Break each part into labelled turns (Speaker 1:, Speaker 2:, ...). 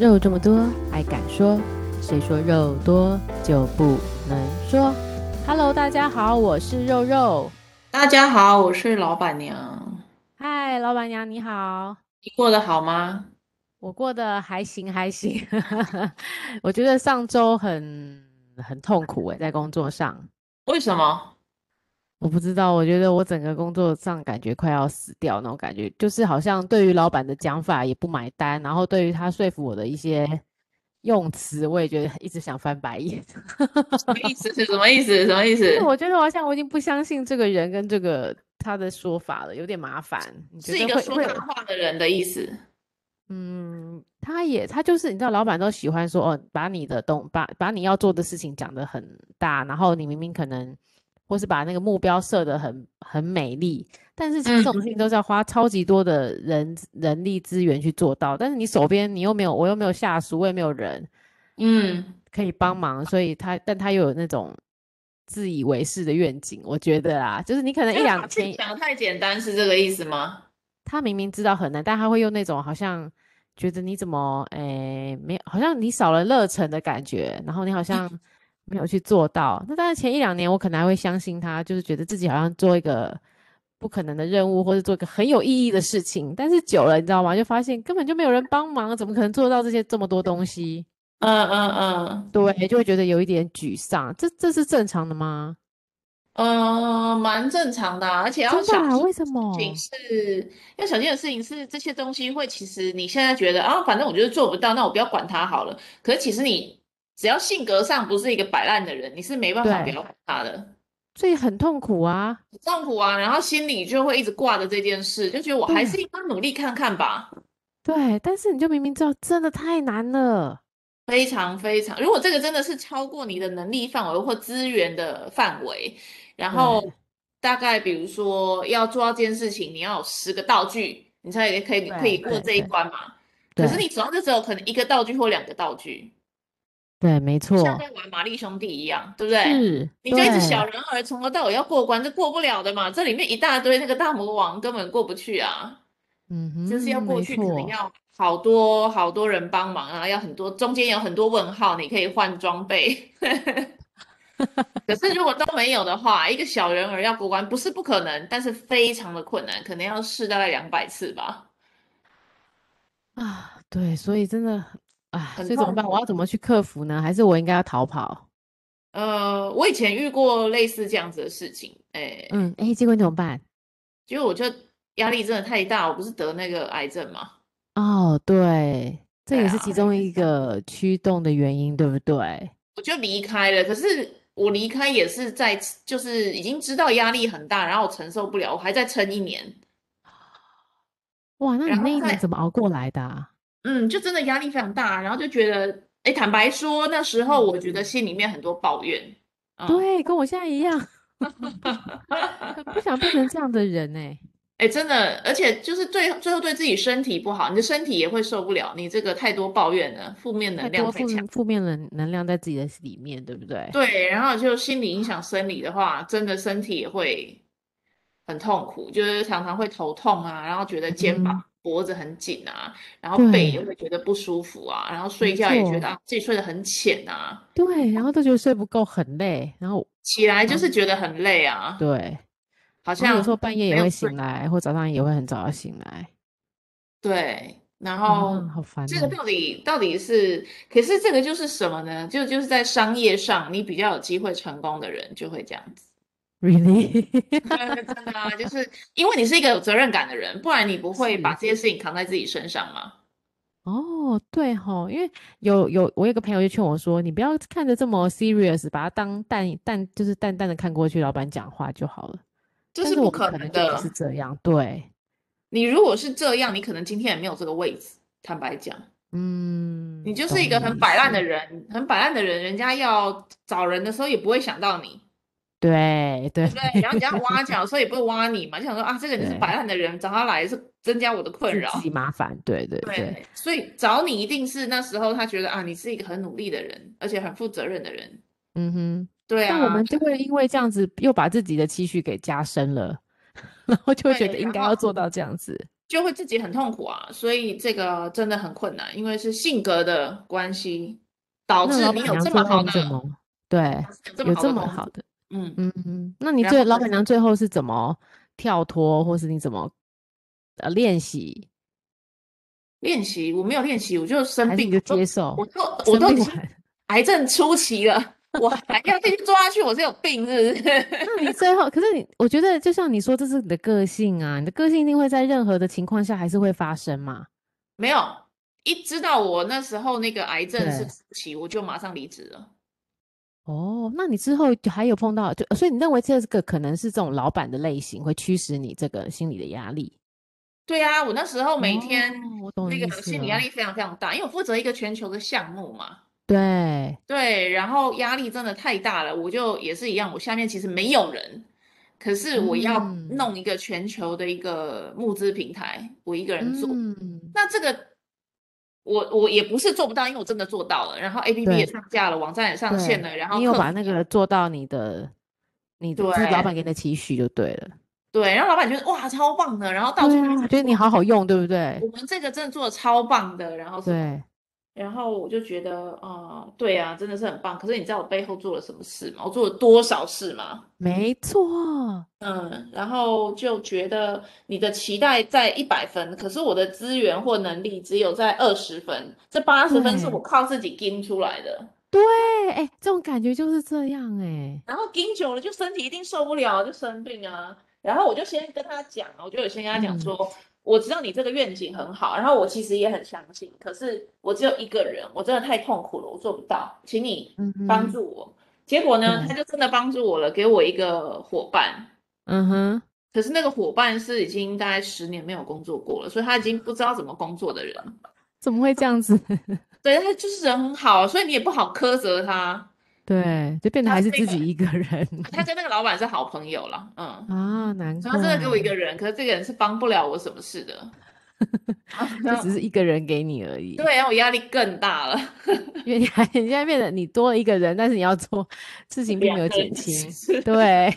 Speaker 1: 肉这么多还敢说？谁说肉多就不能说？Hello，大家好，我是肉肉。
Speaker 2: 大家好，我是老板娘。
Speaker 1: 嗨，老板娘你好，
Speaker 2: 你过得好吗？
Speaker 1: 我过得还行还行。 我觉得上周很很痛苦诶、在工作上，
Speaker 2: 为什么？
Speaker 1: 我不知道，我觉得我整个工作上感觉快要死掉那种感觉，就是好像对于老板的讲法也不买单，然后对于他说服我的一些用词，我也觉得一直想翻白眼。
Speaker 2: 什么意思？是什么意思？什么意思
Speaker 1: 因为？我觉得我好像我已经不相信这个人跟这个他的说法了，有点麻烦。你觉
Speaker 2: 是一
Speaker 1: 得
Speaker 2: 个
Speaker 1: 会
Speaker 2: 说
Speaker 1: 会
Speaker 2: 大话的人的意思。
Speaker 1: 嗯，他也他就是你知道，老板都喜欢说哦，把你的东把把你要做的事情讲得很大，然后你明明可能或是把那个目标设得很很美丽，但是其实这种事情
Speaker 2: 嗯
Speaker 1: 都是要花超级多的人人力资源去做到，但是你手边你又没有，我又没有下属，我也没有人
Speaker 2: 嗯，
Speaker 1: 可以帮忙，所以他但他又有那种自以为是的愿景，我觉得啊，就是你可能一
Speaker 2: 因为
Speaker 1: 两
Speaker 2: 把自己
Speaker 1: 天。
Speaker 2: 想得太简单是这个意思吗？
Speaker 1: 他明明知道很难，但他会用那种好像觉得你怎么诶、没有，好像你少了热忱的感觉，然后你好像没有去做到。那当然前一两年我可能还会相信他，就是觉得自己好像做一个不可能的任务，或者做一个很有意义的事情。但是久了，你知道吗？就发现根本就没有人帮忙，怎么可能做到这些这么多东西？
Speaker 2: 嗯嗯嗯
Speaker 1: 对，就会觉得有一点沮丧。这这是正常的吗？
Speaker 2: 嗯，蛮正常的啊而且要
Speaker 1: 真的
Speaker 2: 小
Speaker 1: 啊？
Speaker 2: 心
Speaker 1: 为什
Speaker 2: 的事
Speaker 1: 么
Speaker 2: 情？是，要小心的事情是，这些东西会其实你现在觉得啊，反正我就是做不到，那我不要管它好了。可是其实你只要性格上不是一个摆烂的人，你是没办法不
Speaker 1: 对，
Speaker 2: 要管它的。
Speaker 1: 所以很痛苦啊。
Speaker 2: 很痛苦啊，然后心里就会一直挂着这件事，就觉得我还
Speaker 1: 对
Speaker 2: 是应该努力看看吧。
Speaker 1: 对，但是你就明明知道真的太难了。
Speaker 2: 非常非常，如果这个真的是超过你的能力范围或资源的范围，然后
Speaker 1: 对
Speaker 2: 大概比如说要做到这件事情，你要有十个道具，你才可以可
Speaker 1: 对
Speaker 2: 以过
Speaker 1: 对
Speaker 2: 这一
Speaker 1: 对
Speaker 2: 关嘛。可是
Speaker 1: 对
Speaker 2: 你手上就只有可能一个道具或两个道具，
Speaker 1: 对，没
Speaker 2: 就像
Speaker 1: 错，
Speaker 2: 在玩玛丽兄弟一样，对不对？
Speaker 1: 是，
Speaker 2: 你就一直小
Speaker 1: 对
Speaker 2: 人儿，从头到尾要过关，这过不了的嘛。这里面一大堆那个大魔王根本过不去啊。
Speaker 1: 嗯
Speaker 2: 就是要
Speaker 1: 哼，
Speaker 2: 过
Speaker 1: 没
Speaker 2: 去，可能
Speaker 1: 错，
Speaker 2: 要好多好多人帮忙啊，要很多，中间有很多问号，你可以换装备。 可是如果都没有的话，一个小人儿要过关不是不可能，但是非常的困难，可能要试大概两百次吧，
Speaker 1: 啊，对，所以真的，哎，
Speaker 2: 很
Speaker 1: 所以怎么
Speaker 2: 痛
Speaker 1: 办？我
Speaker 2: 苦。
Speaker 1: 要怎么去克服呢？还是我应该要逃跑？
Speaker 2: 呃，我以前遇过类似这样子的事情，哎，
Speaker 1: 嗯，哎，结果你怎么办？
Speaker 2: 结果我就压力真的太大，我不是得那个癌症嘛，
Speaker 1: 哦，对，这
Speaker 2: 对
Speaker 1: 也是
Speaker 2: 啊，
Speaker 1: 其中一个驱动的原因，对不对？
Speaker 2: 我就离开了。可是我离开也是在，就是已经知道压力很大，然后我承受不了，我还在撑一年。
Speaker 1: 哇，那你
Speaker 2: 然
Speaker 1: 那
Speaker 2: 后
Speaker 1: 一年
Speaker 2: 再
Speaker 1: 怎么熬过来的啊？
Speaker 2: 嗯，就真的压力非常大，然后就觉得，哎，坦白说，那时候
Speaker 1: 嗯，
Speaker 2: 我觉得心里面很多抱怨，嗯，
Speaker 1: 对，跟我现在一样， 不很不想变成这样的人欸呢。
Speaker 2: 哎，真的，而且就是最最后对自己身体不好，你的身体也会受不了，你这个太多抱怨了，负面
Speaker 1: 太
Speaker 2: 能量
Speaker 1: 多
Speaker 2: 太
Speaker 1: 负
Speaker 2: 强，
Speaker 1: 负面能能量在自己的里面，对不对？
Speaker 2: 对，然后就心理影响生理的话，真的身体也会很痛苦，就是常常会头痛啊，然后觉得肩膀、
Speaker 1: 嗯，
Speaker 2: 脖子很紧啊，然后背也
Speaker 1: 对，
Speaker 2: 会觉得不舒服啊，然后睡
Speaker 1: 没
Speaker 2: 觉也觉
Speaker 1: 错。
Speaker 2: 得啊自己睡得很浅啊，
Speaker 1: 对，然后都觉得睡不够，很累，然后，
Speaker 2: 起来就
Speaker 1: 然后
Speaker 2: 是觉得很累啊。
Speaker 1: 嗯对，
Speaker 2: 好
Speaker 1: 然后有时
Speaker 2: 像
Speaker 1: 候半夜也
Speaker 2: 没有
Speaker 1: 会
Speaker 2: 睡，
Speaker 1: 醒来，或早上也会很早要醒来，
Speaker 2: 对，然
Speaker 1: 啊，
Speaker 2: 后
Speaker 1: 好烦
Speaker 2: 这个
Speaker 1: 哦。
Speaker 2: 到底到底是，可是这个就是什么呢？就就是在商业上，你比较有机会成功的人就会 这样子，
Speaker 1: Really？
Speaker 2: 真的啊，就是因为你是一个有责任感的人，不然你不会把
Speaker 1: 是，
Speaker 2: 这些事情扛在自己身上嘛。
Speaker 1: 哦，对吼，因为有有，我有个朋友就劝我说，你不要看着这么 serious，把它当淡淡，就是淡淡的看过去，老板讲话就好了。
Speaker 2: 这
Speaker 1: 但
Speaker 2: 是
Speaker 1: 是
Speaker 2: 不
Speaker 1: 我们
Speaker 2: 可
Speaker 1: 可
Speaker 2: 能
Speaker 1: 能就不是
Speaker 2: 的。
Speaker 1: 这样，对，
Speaker 2: 你如果是这样，你可能今天也没有这个位置。坦白讲，你
Speaker 1: 嗯，
Speaker 2: 就是一
Speaker 1: 懂
Speaker 2: 个
Speaker 1: 你
Speaker 2: 很
Speaker 1: 意
Speaker 2: 摆烂的
Speaker 1: 思，
Speaker 2: 人，很摆烂的人，人家要找人的时候也不会想到你。
Speaker 1: 对对
Speaker 2: 对不对？然后人家 挖角，所以不会挖你嘛，就想说啊，这个人就是摆
Speaker 1: 对，
Speaker 2: 烂的人，找他来是增加我的 困
Speaker 1: 自自己
Speaker 2: 扰。
Speaker 1: 麻烦，对对对，
Speaker 2: 对，所以找你一定是那时候他觉得啊，你是一个很努力的人，而且很负责任的人。
Speaker 1: 嗯哼，
Speaker 2: 对
Speaker 1: 但我
Speaker 2: 啊，
Speaker 1: 们就会因为这样子，又把自己的期许给加深了，然后就会觉
Speaker 2: 对，
Speaker 1: 得应
Speaker 2: 然
Speaker 1: 该
Speaker 2: 后
Speaker 1: 要做到这样子。
Speaker 2: 就会自己很痛苦啊。所以这个真的很困难，因为是性格的关系导
Speaker 1: 那
Speaker 2: 致
Speaker 1: 老
Speaker 2: 你
Speaker 1: 板
Speaker 2: 有
Speaker 1: 娘
Speaker 2: 这
Speaker 1: 最
Speaker 2: 么
Speaker 1: 后
Speaker 2: 好
Speaker 1: 你
Speaker 2: 的，
Speaker 1: 怎么？对，有这
Speaker 2: 有这么好的
Speaker 1: 么
Speaker 2: 东西
Speaker 1: 好的，
Speaker 2: 嗯，
Speaker 1: 嗯嗯。那你
Speaker 2: 然
Speaker 1: 最
Speaker 2: 后
Speaker 1: 老
Speaker 2: 就
Speaker 1: 板娘最后是怎么跳脱，或是你怎么呃练习，
Speaker 2: 练习我没有练习，我就生
Speaker 1: 还是
Speaker 2: 病
Speaker 1: 你就
Speaker 2: 我都
Speaker 1: 接受
Speaker 2: 我都我
Speaker 1: 生
Speaker 2: 都已
Speaker 1: 病
Speaker 2: 经
Speaker 1: 完？
Speaker 2: 癌症初期了，我还要继续做下去，我是有病是不是？
Speaker 1: 那你最后，可是你，我觉得就像你说，这是你的个性啊，你的个性一定会在任何的情况下还是会发生嘛。
Speaker 2: 没有，一知道我那时候那个癌症是
Speaker 1: 对
Speaker 2: 初期，我就马上离职了。
Speaker 1: 哦，那你之后就还有碰到，就所以你认为这个可能是这种老板的类型会驱使你这个心理的压力？
Speaker 2: 对啊，我那时候每天
Speaker 1: 哦，我懂
Speaker 2: 那
Speaker 1: 你意
Speaker 2: 个
Speaker 1: 思
Speaker 2: 心理压
Speaker 1: 了。
Speaker 2: 力非常非常大，因为我负责一个全球的项目嘛，
Speaker 1: 对，
Speaker 2: 对，然后压力真的太大了，我就也是一样，我下面其实没有人，可是我要
Speaker 1: 嗯
Speaker 2: 弄一个全球的一个募资平台，我一个人做，
Speaker 1: 嗯，
Speaker 2: 那这个。我我也不是做不到，因为我真的做到了，然后 APP
Speaker 1: 对
Speaker 2: 也上架了，网站也上线
Speaker 1: 对，
Speaker 2: 了，然后
Speaker 1: 你有
Speaker 2: 客
Speaker 1: 把
Speaker 2: 服
Speaker 1: 那个做到你的，你的就是老
Speaker 2: 对
Speaker 1: 板给你的期许就对了。
Speaker 2: 对，然后老板觉得哇超棒的，然后到
Speaker 1: 对
Speaker 2: 处跟
Speaker 1: 啊，
Speaker 2: 我
Speaker 1: 觉得你
Speaker 2: 说
Speaker 1: 好好用，对不对？
Speaker 2: 我们这个真的做的超棒的，然后什么，
Speaker 1: 对，
Speaker 2: 然后我就觉得啊、对啊，真的是很棒。可是你知道我背后做了什么事吗？我做了多少事吗？
Speaker 1: 没错。
Speaker 2: 嗯，然后就觉得你的期待在一百分，可是我的资源或能力只有在二十分，这八十分是我
Speaker 1: 对
Speaker 2: 靠自己拼出来的。
Speaker 1: 对，哎、这种感觉就是这样、哎。
Speaker 2: 然后盯久了就身体一定受不了，就生病啊。然后我就先跟他讲，啊我就有先跟他讲
Speaker 1: 嗯，
Speaker 2: 说，我知道你这个愿景很好，然后我其实也很相信，可是我只有一个人，我真的太痛苦了，我做不到，请你
Speaker 1: 嗯
Speaker 2: 帮
Speaker 1: 哼，
Speaker 2: 助我。结果呢，他
Speaker 1: 对，
Speaker 2: 就真的帮助我了，给我一个伙伴。
Speaker 1: 嗯哼，
Speaker 2: 可是那个伙伴是已经大概十年没有工作过了，所以他已经不知道怎么工作的人。
Speaker 1: 怎么会这样子？
Speaker 2: 对，他就是人很好，所以你也不好苛责他。
Speaker 1: 对，就变得
Speaker 2: 他
Speaker 1: 还
Speaker 2: 是
Speaker 1: 是
Speaker 2: 那
Speaker 1: 自
Speaker 2: 个，
Speaker 1: 己一个人
Speaker 2: 他跟那个老板是好朋友了，嗯。
Speaker 1: 啊，难
Speaker 2: 所以他真的给我一
Speaker 1: 怪，
Speaker 2: 个人，可是这个人是帮不了我什么 事的。
Speaker 1: 就只是一个人给你而已。
Speaker 2: 对，然后我压力更大了，
Speaker 1: 因为你还你现在变得你多了一个人，但是你要做事情并
Speaker 2: 两
Speaker 1: 没有
Speaker 2: 个人
Speaker 1: 减
Speaker 2: 的
Speaker 1: 轻。
Speaker 2: 事情。
Speaker 1: 对，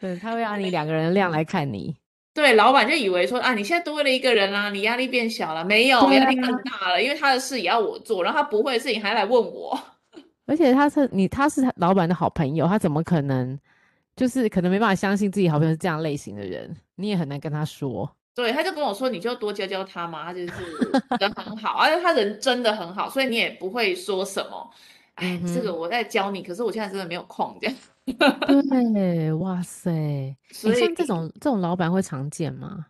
Speaker 1: 对，他会让你两个人的量来看你。
Speaker 2: 对，老板就以为说啊，你现在多了一个人啦、你压力变小了。没有，我
Speaker 1: 对
Speaker 2: 压力
Speaker 1: 啊，
Speaker 2: 更大了，因为他的事也要我做，然后他不会的事情还来问我。
Speaker 1: 而且他是你，他是他老板的好朋友，他怎么可能就是可能没办法相信自己好朋友是这样类型的人？你也很难跟他 说。
Speaker 2: 对，他就跟我说，你就多教教他嘛，他就是 人很好，而且他人真的很好，所以你也不会说什么。
Speaker 1: 嗯
Speaker 2: 哎，这个
Speaker 1: 哼。
Speaker 2: 我在教你，可是我现在真的没有空这样，
Speaker 1: 对，哇塞，哎，
Speaker 2: 所
Speaker 1: 像这
Speaker 2: 以
Speaker 1: 种这种老板会常见吗？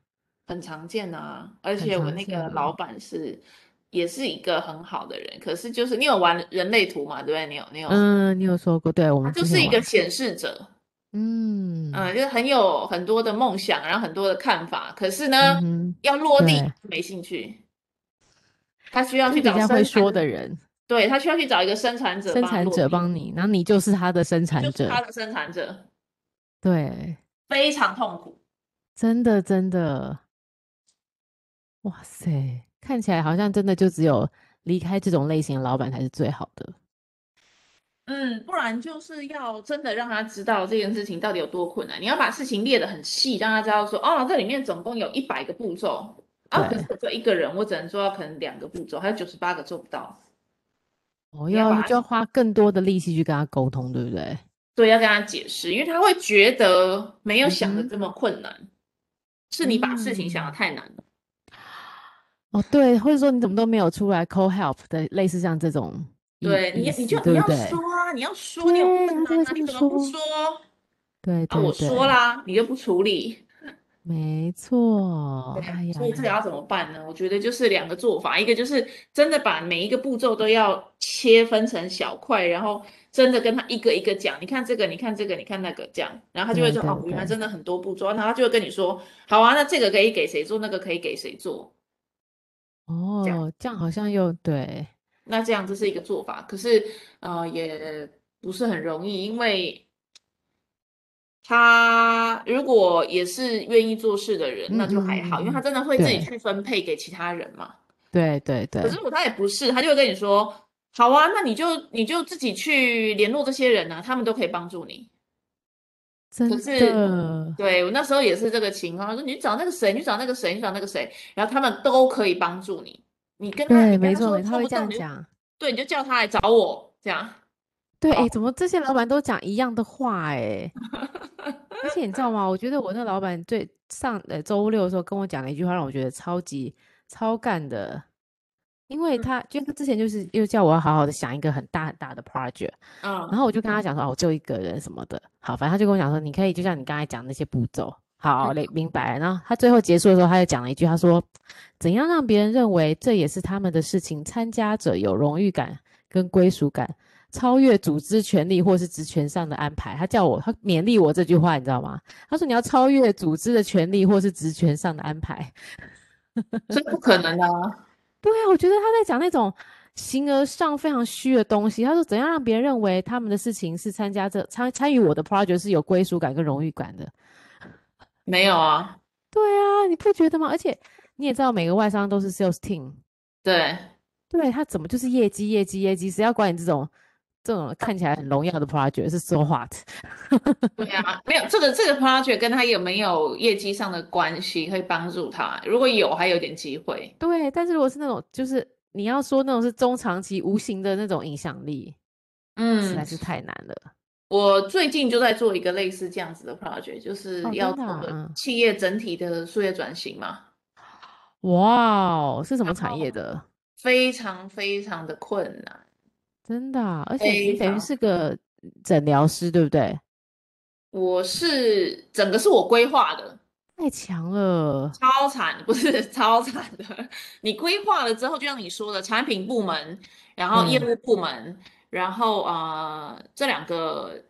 Speaker 2: 很常见啊，而
Speaker 1: 很
Speaker 2: 且我
Speaker 1: 常
Speaker 2: 那
Speaker 1: 见
Speaker 2: 个老
Speaker 1: 哦。
Speaker 2: 板是也是一个很好的人，可是就是你有玩人类图嘛，对不对？你有你有，
Speaker 1: 嗯，你有说过，对，我
Speaker 2: 他
Speaker 1: 们
Speaker 2: 就
Speaker 1: 之前
Speaker 2: 是
Speaker 1: 有
Speaker 2: 一个
Speaker 1: 玩。
Speaker 2: 显示者，嗯、
Speaker 1: 嗯
Speaker 2: 就是很有很多的梦想，然后很多的看法，可是呢，
Speaker 1: 嗯哼，
Speaker 2: 要落地
Speaker 1: 对，
Speaker 2: 没兴趣，他需要
Speaker 1: 就是比
Speaker 2: 去找
Speaker 1: 较会
Speaker 2: 生产，
Speaker 1: 说的人，
Speaker 2: 对，他需要去找一个生产者
Speaker 1: 生
Speaker 2: 帮他
Speaker 1: 产
Speaker 2: 落
Speaker 1: 者
Speaker 2: 地，
Speaker 1: 帮你，然后你就是他的生
Speaker 2: 你就
Speaker 1: 产
Speaker 2: 是他
Speaker 1: 者。
Speaker 2: 的生产者，
Speaker 1: 对，
Speaker 2: 非常痛苦。
Speaker 1: 真的真的，哇塞，看起来好像真的就只有离开这种类型的老板才是最好的。
Speaker 2: 嗯，不然就是要真的让他知道这件事情到底有多困难。你要把事情列得很细，让他知道说，哦，这里面总共有一百个步骤啊，可是
Speaker 1: 对，
Speaker 2: 我就一个人，我只能做到可能两个步骤，还有九十八个做不到。
Speaker 1: 我、
Speaker 2: 你要
Speaker 1: 哦要
Speaker 2: 把
Speaker 1: 就要花更多的力气去跟他沟通，对不对？
Speaker 2: 对要跟他解释，因为他会觉得没有
Speaker 1: 嗯
Speaker 2: 想的
Speaker 1: 哼，
Speaker 2: 这么困难，是你把事情想的
Speaker 1: 嗯。
Speaker 2: 太难了。
Speaker 1: 哦，对，或者说你怎么都没有出来 call help 的，类似像这种意
Speaker 2: 对，你
Speaker 1: 意
Speaker 2: 你
Speaker 1: 思，
Speaker 2: 就你
Speaker 1: 对不
Speaker 2: 要
Speaker 1: 对？
Speaker 2: 说啊，你要说你有
Speaker 1: 对，
Speaker 2: 困
Speaker 1: 他就会这
Speaker 2: 难啊，你
Speaker 1: 么
Speaker 2: 怎么不
Speaker 1: 说。
Speaker 2: 说
Speaker 1: 对
Speaker 2: 啊？我
Speaker 1: 对
Speaker 2: 说
Speaker 1: 对，
Speaker 2: 啦，你又不处理。
Speaker 1: 没错。
Speaker 2: 对，
Speaker 1: 哎呀，
Speaker 2: 所以这个要怎么办呢？我觉得就是两个做法，一个就是真的把每一个步骤都要切分成小块，然后真的跟他一个一个讲，你看这个，你看这个，你看那个，这样，然后他就会
Speaker 1: 对
Speaker 2: 说
Speaker 1: 嗯对
Speaker 2: 哦，原来
Speaker 1: 对，
Speaker 2: 真的很多步骤，然后他就会跟你说，好啊，那这个可以给谁做，那个可以给谁做，这样，
Speaker 1: 哦，这样好像又对，
Speaker 2: 那这样这是一个做法，可是呃也不是很容易，因为他如果也是愿意做事的人，
Speaker 1: 嗯
Speaker 2: 那就还
Speaker 1: 嗯
Speaker 2: 好，因为他
Speaker 1: 嗯嗯，
Speaker 2: 真的会自己
Speaker 1: 对
Speaker 2: 去分配给其他人嘛。
Speaker 1: 对对
Speaker 2: 可是
Speaker 1: 对，
Speaker 2: 如果他也不是，他就会跟你说，好啊，那你就你就自己去联络这些人啊，他们都可以帮助你。
Speaker 1: 真
Speaker 2: 可是
Speaker 1: 的，
Speaker 2: 对，我那时候也是这个情况，说你去找那个谁，你去找那个谁，你去找那个谁，然后他们都可以帮助你。你跟他，
Speaker 1: 对，
Speaker 2: 你跟
Speaker 1: 没
Speaker 2: 他
Speaker 1: 错，
Speaker 2: 说
Speaker 1: 没错，他
Speaker 2: 抽
Speaker 1: 会
Speaker 2: 不
Speaker 1: 这
Speaker 2: 中，
Speaker 1: 样
Speaker 2: 你就
Speaker 1: 讲。
Speaker 2: 对，你就叫他来找我，这样。
Speaker 1: 对，
Speaker 2: 好，
Speaker 1: 哎，怎么这些老板都讲一样的话？ 哎，而且你知道吗？我觉得我那老板最上呃周六的时候跟我讲了一句话，让我觉得超级超干的，因为他就他之前就是又叫我要好好的想一个很大很大的 project，然
Speaker 2: 嗯
Speaker 1: 后我就跟他讲说，哦，我就一个人什么的，好，反正他就跟我讲说，你可以就像你刚才讲的那些步骤，好
Speaker 2: 嗯
Speaker 1: 嘞，明白了。然后他最后结束的时候，他又讲了一句，他说，怎样让别人认为这也是他们的事情，参加者有荣誉感跟归属感，超越组织权利或是职权上的安排。他叫我，他勉励我这句话，你知道吗？他说你要超越组织的权利或是职权上的安排。
Speaker 2: 这不可能的啊。
Speaker 1: 对啊，我觉得他在讲那种形而上非常虚的东西。他说怎样让别人认为他们的事情是参加这参参与我的 project 是有归属感跟荣誉感的。
Speaker 2: 没有啊，
Speaker 1: 对啊，你不觉得吗？而且你也知道，每个外商都是 sales team，
Speaker 2: 对，
Speaker 1: 对他怎么就是业绩业绩业绩，谁要管你这种这种看起来很荣耀的 project 是 so what？
Speaker 2: 对啊，没有这个这个 project 跟他有没有业绩上的关系，会帮助他。如果有，还有点机会。
Speaker 1: 对，但是如果是那种就是你要说那种是中长期无形的那种影响力，实在
Speaker 2: 嗯，
Speaker 1: 是啊太难了。
Speaker 2: 我最近就在做一个类似这样子的 project，就是
Speaker 1: 哦，
Speaker 2: 要
Speaker 1: 真的啊，
Speaker 2: 做
Speaker 1: 嗯
Speaker 2: 企业整体的数业转型嘛。
Speaker 1: 哇哦，是什么
Speaker 2: 然
Speaker 1: 产业
Speaker 2: 后
Speaker 1: 的？
Speaker 2: 非常非常的困难，
Speaker 1: 真的啊而且你
Speaker 2: 非
Speaker 1: 等于
Speaker 2: 常。
Speaker 1: 是个诊疗师，对不对？
Speaker 2: 我是整个是我规划的，
Speaker 1: 太强了，
Speaker 2: 超惨， 不是超惨的。你规划了之后，就像你说的，产品部门，然后业
Speaker 1: 嗯，
Speaker 2: 务部门，然后呃，这两个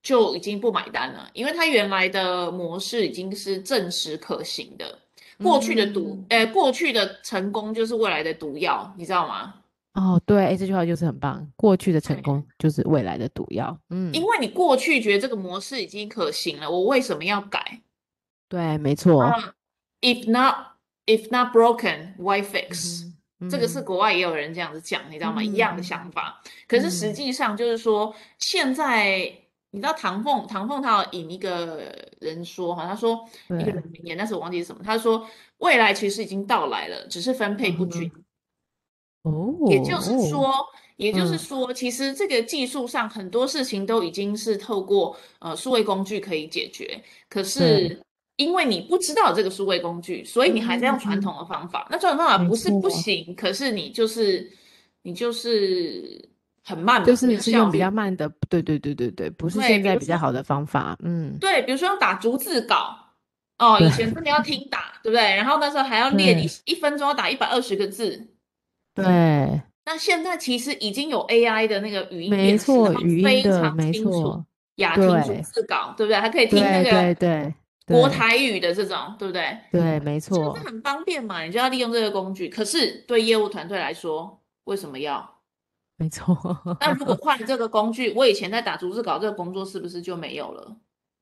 Speaker 2: 就已经不买单了，因为它原来的模式已经是证实可行的。过去的毒，
Speaker 1: 嗯，
Speaker 2: 呃，过去的成功就是未来的毒药，你知道吗？
Speaker 1: 哦，对，诶这句话就是很棒，过去的成
Speaker 2: 对。
Speaker 1: 功就是未来的毒药，
Speaker 2: 因
Speaker 1: 嗯，
Speaker 2: 为你过去觉得这个模式已经可行了，我为什么要改？
Speaker 1: 对，没错，
Speaker 2: 嗯，if not if not broken, why
Speaker 1: 嗯
Speaker 2: fix？
Speaker 1: 哼，
Speaker 2: 这个是
Speaker 1: 嗯
Speaker 2: 国外也有人这样子讲，你知道吗？一样的想
Speaker 1: 嗯
Speaker 2: 法。可是实
Speaker 1: 嗯
Speaker 2: 际上就是说，现在你知道唐凤，唐凤他有引一个人说哈，他说一
Speaker 1: 嗯
Speaker 2: 个
Speaker 1: 对，
Speaker 2: 人名言，但是我忘记是什么。他说未来其实已经到来了，只是分配
Speaker 1: 嗯
Speaker 2: 不均。
Speaker 1: 哼，哦
Speaker 2: 也就是
Speaker 1: 哦，
Speaker 2: 说，也就是
Speaker 1: 嗯
Speaker 2: 说，其实这个技术上很多事情都已经是透过呃数位工具可以解决，可
Speaker 1: 对，
Speaker 2: 是因为你不知道这个数位工具，所以你还在用传
Speaker 1: 嗯，
Speaker 2: 统的方法。那传统方法
Speaker 1: 没
Speaker 2: 不是不
Speaker 1: 错，
Speaker 2: 行，可是你就是你就是很慢
Speaker 1: 哦就
Speaker 2: 嘛，没
Speaker 1: 是
Speaker 2: 有
Speaker 1: 是
Speaker 2: 效
Speaker 1: 用比较
Speaker 2: 率。
Speaker 1: 慢的，对对对对对，不是
Speaker 2: 对，
Speaker 1: 现
Speaker 2: 比
Speaker 1: 在
Speaker 2: 如
Speaker 1: 比较
Speaker 2: 说。
Speaker 1: 好的方法，嗯，
Speaker 2: 对，比如说用打逐字 稿，哦，
Speaker 1: 对
Speaker 2: 以前真的要听打，对不对？然后那时候还要练一
Speaker 1: 对
Speaker 2: 一分钟要打一百二十个字。
Speaker 1: 对。
Speaker 2: 那现在其实已经有 AI 的那个语音
Speaker 1: 没
Speaker 2: 辨识，然
Speaker 1: 错，
Speaker 2: 后
Speaker 1: 语音
Speaker 2: 非
Speaker 1: 的，
Speaker 2: 常
Speaker 1: 没
Speaker 2: 清楚，
Speaker 1: 错，
Speaker 2: 雅听逐
Speaker 1: 对，
Speaker 2: 字稿，对不对？还可以听那
Speaker 1: 对，
Speaker 2: 个
Speaker 1: 对，对，
Speaker 2: 国
Speaker 1: 对，
Speaker 2: 台语的这种，对不对？嗯
Speaker 1: 对，没
Speaker 2: 就是
Speaker 1: 错，
Speaker 2: 很方便嘛，你就要利用这个工具。可是对业务团队来说，为什么要？
Speaker 1: 没错，
Speaker 2: 那如果换这个工具，我以前在打逐字稿这个工作是不是就没有了？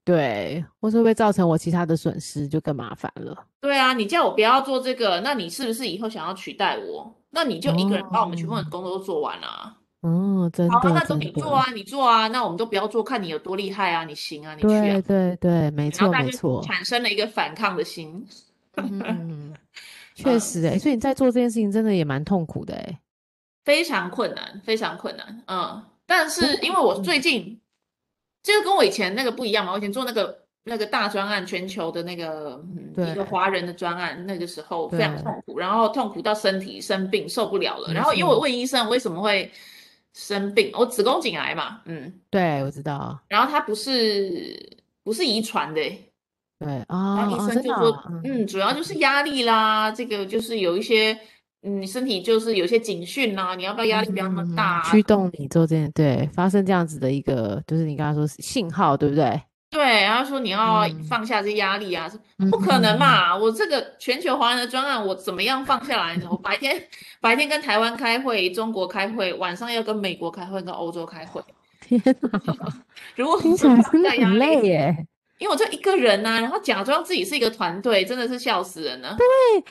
Speaker 1: 对，或是会不会造成我其他的损失，就更麻烦了。
Speaker 2: 对啊，你叫我不要做这个，那你是不是以后想要取代我？那你就一个人把我们全部
Speaker 1: 哦，
Speaker 2: 的工作都做完了啊。
Speaker 1: 哦，
Speaker 2: 好
Speaker 1: 真
Speaker 2: 啊，
Speaker 1: 的，
Speaker 2: 那都
Speaker 1: 真
Speaker 2: 你做
Speaker 1: 的，
Speaker 2: 啊，你做啊，那我们都不要做，看你有多厉害啊，你行啊，你去啊。
Speaker 1: 对，对，对，没
Speaker 2: 然后
Speaker 1: 错，
Speaker 2: 大
Speaker 1: 没
Speaker 2: 家就
Speaker 1: 错，
Speaker 2: 产生了一个反抗的心。
Speaker 1: 嗯，确
Speaker 2: 嗯，
Speaker 1: 实，诶，欸所以你在做这件事情真的也蛮痛苦的，欸诶，
Speaker 2: 非常困难，非常困难。嗯，但
Speaker 1: 不
Speaker 2: 是因为
Speaker 1: 过，
Speaker 2: 我
Speaker 1: 嗯，
Speaker 2: 最近这个跟我以前那个不一样嘛，我以前做那个那个大专案，全球的那个、嗯、一个
Speaker 1: 对，
Speaker 2: 华人的专案，那个时候非常
Speaker 1: 对，
Speaker 2: 痛苦，然后痛苦到身体生病受不了了。
Speaker 1: 没
Speaker 2: 然后因为我
Speaker 1: 错，
Speaker 2: 问医生为什么会生病，我子宫颈癌嘛，嗯，
Speaker 1: 对，我知道，
Speaker 2: 然后它不是不是遗传的欸。
Speaker 1: 对，
Speaker 2: 然后
Speaker 1: 哦，
Speaker 2: 医
Speaker 1: 哦，真的
Speaker 2: 生就
Speaker 1: 哦，
Speaker 2: 说，
Speaker 1: 嗯，
Speaker 2: 嗯，主要就是压力啦，这个就是有一些，嗯，你身体就是有一些警讯啦，你要不要
Speaker 1: 嗯
Speaker 2: 压力不要那么
Speaker 1: 哼
Speaker 2: 大
Speaker 1: 嗯哼，
Speaker 2: 啊？
Speaker 1: 驱动你做这件，对，发生这样子的一个，就是你刚刚说是信号，对不对？
Speaker 2: 对，然后说你要
Speaker 1: 嗯
Speaker 2: 放下这压力啊，说
Speaker 1: 嗯
Speaker 2: 不
Speaker 1: 嗯
Speaker 2: 可能
Speaker 1: 嗯
Speaker 2: 嘛，我这个全球华人的专案，我怎么样放下来呢？我白天白天跟台湾开会，中国开会，晚上要跟美国开会，跟欧洲开会，
Speaker 1: 天哪，
Speaker 2: 如果
Speaker 1: 听起
Speaker 2: 我
Speaker 1: 来
Speaker 2: 放
Speaker 1: 真的
Speaker 2: 下
Speaker 1: 很
Speaker 2: 压
Speaker 1: 累
Speaker 2: 力，
Speaker 1: 耶。
Speaker 2: 因为我就一个人呐、然后假装自己是一个团队，真的是笑死人了。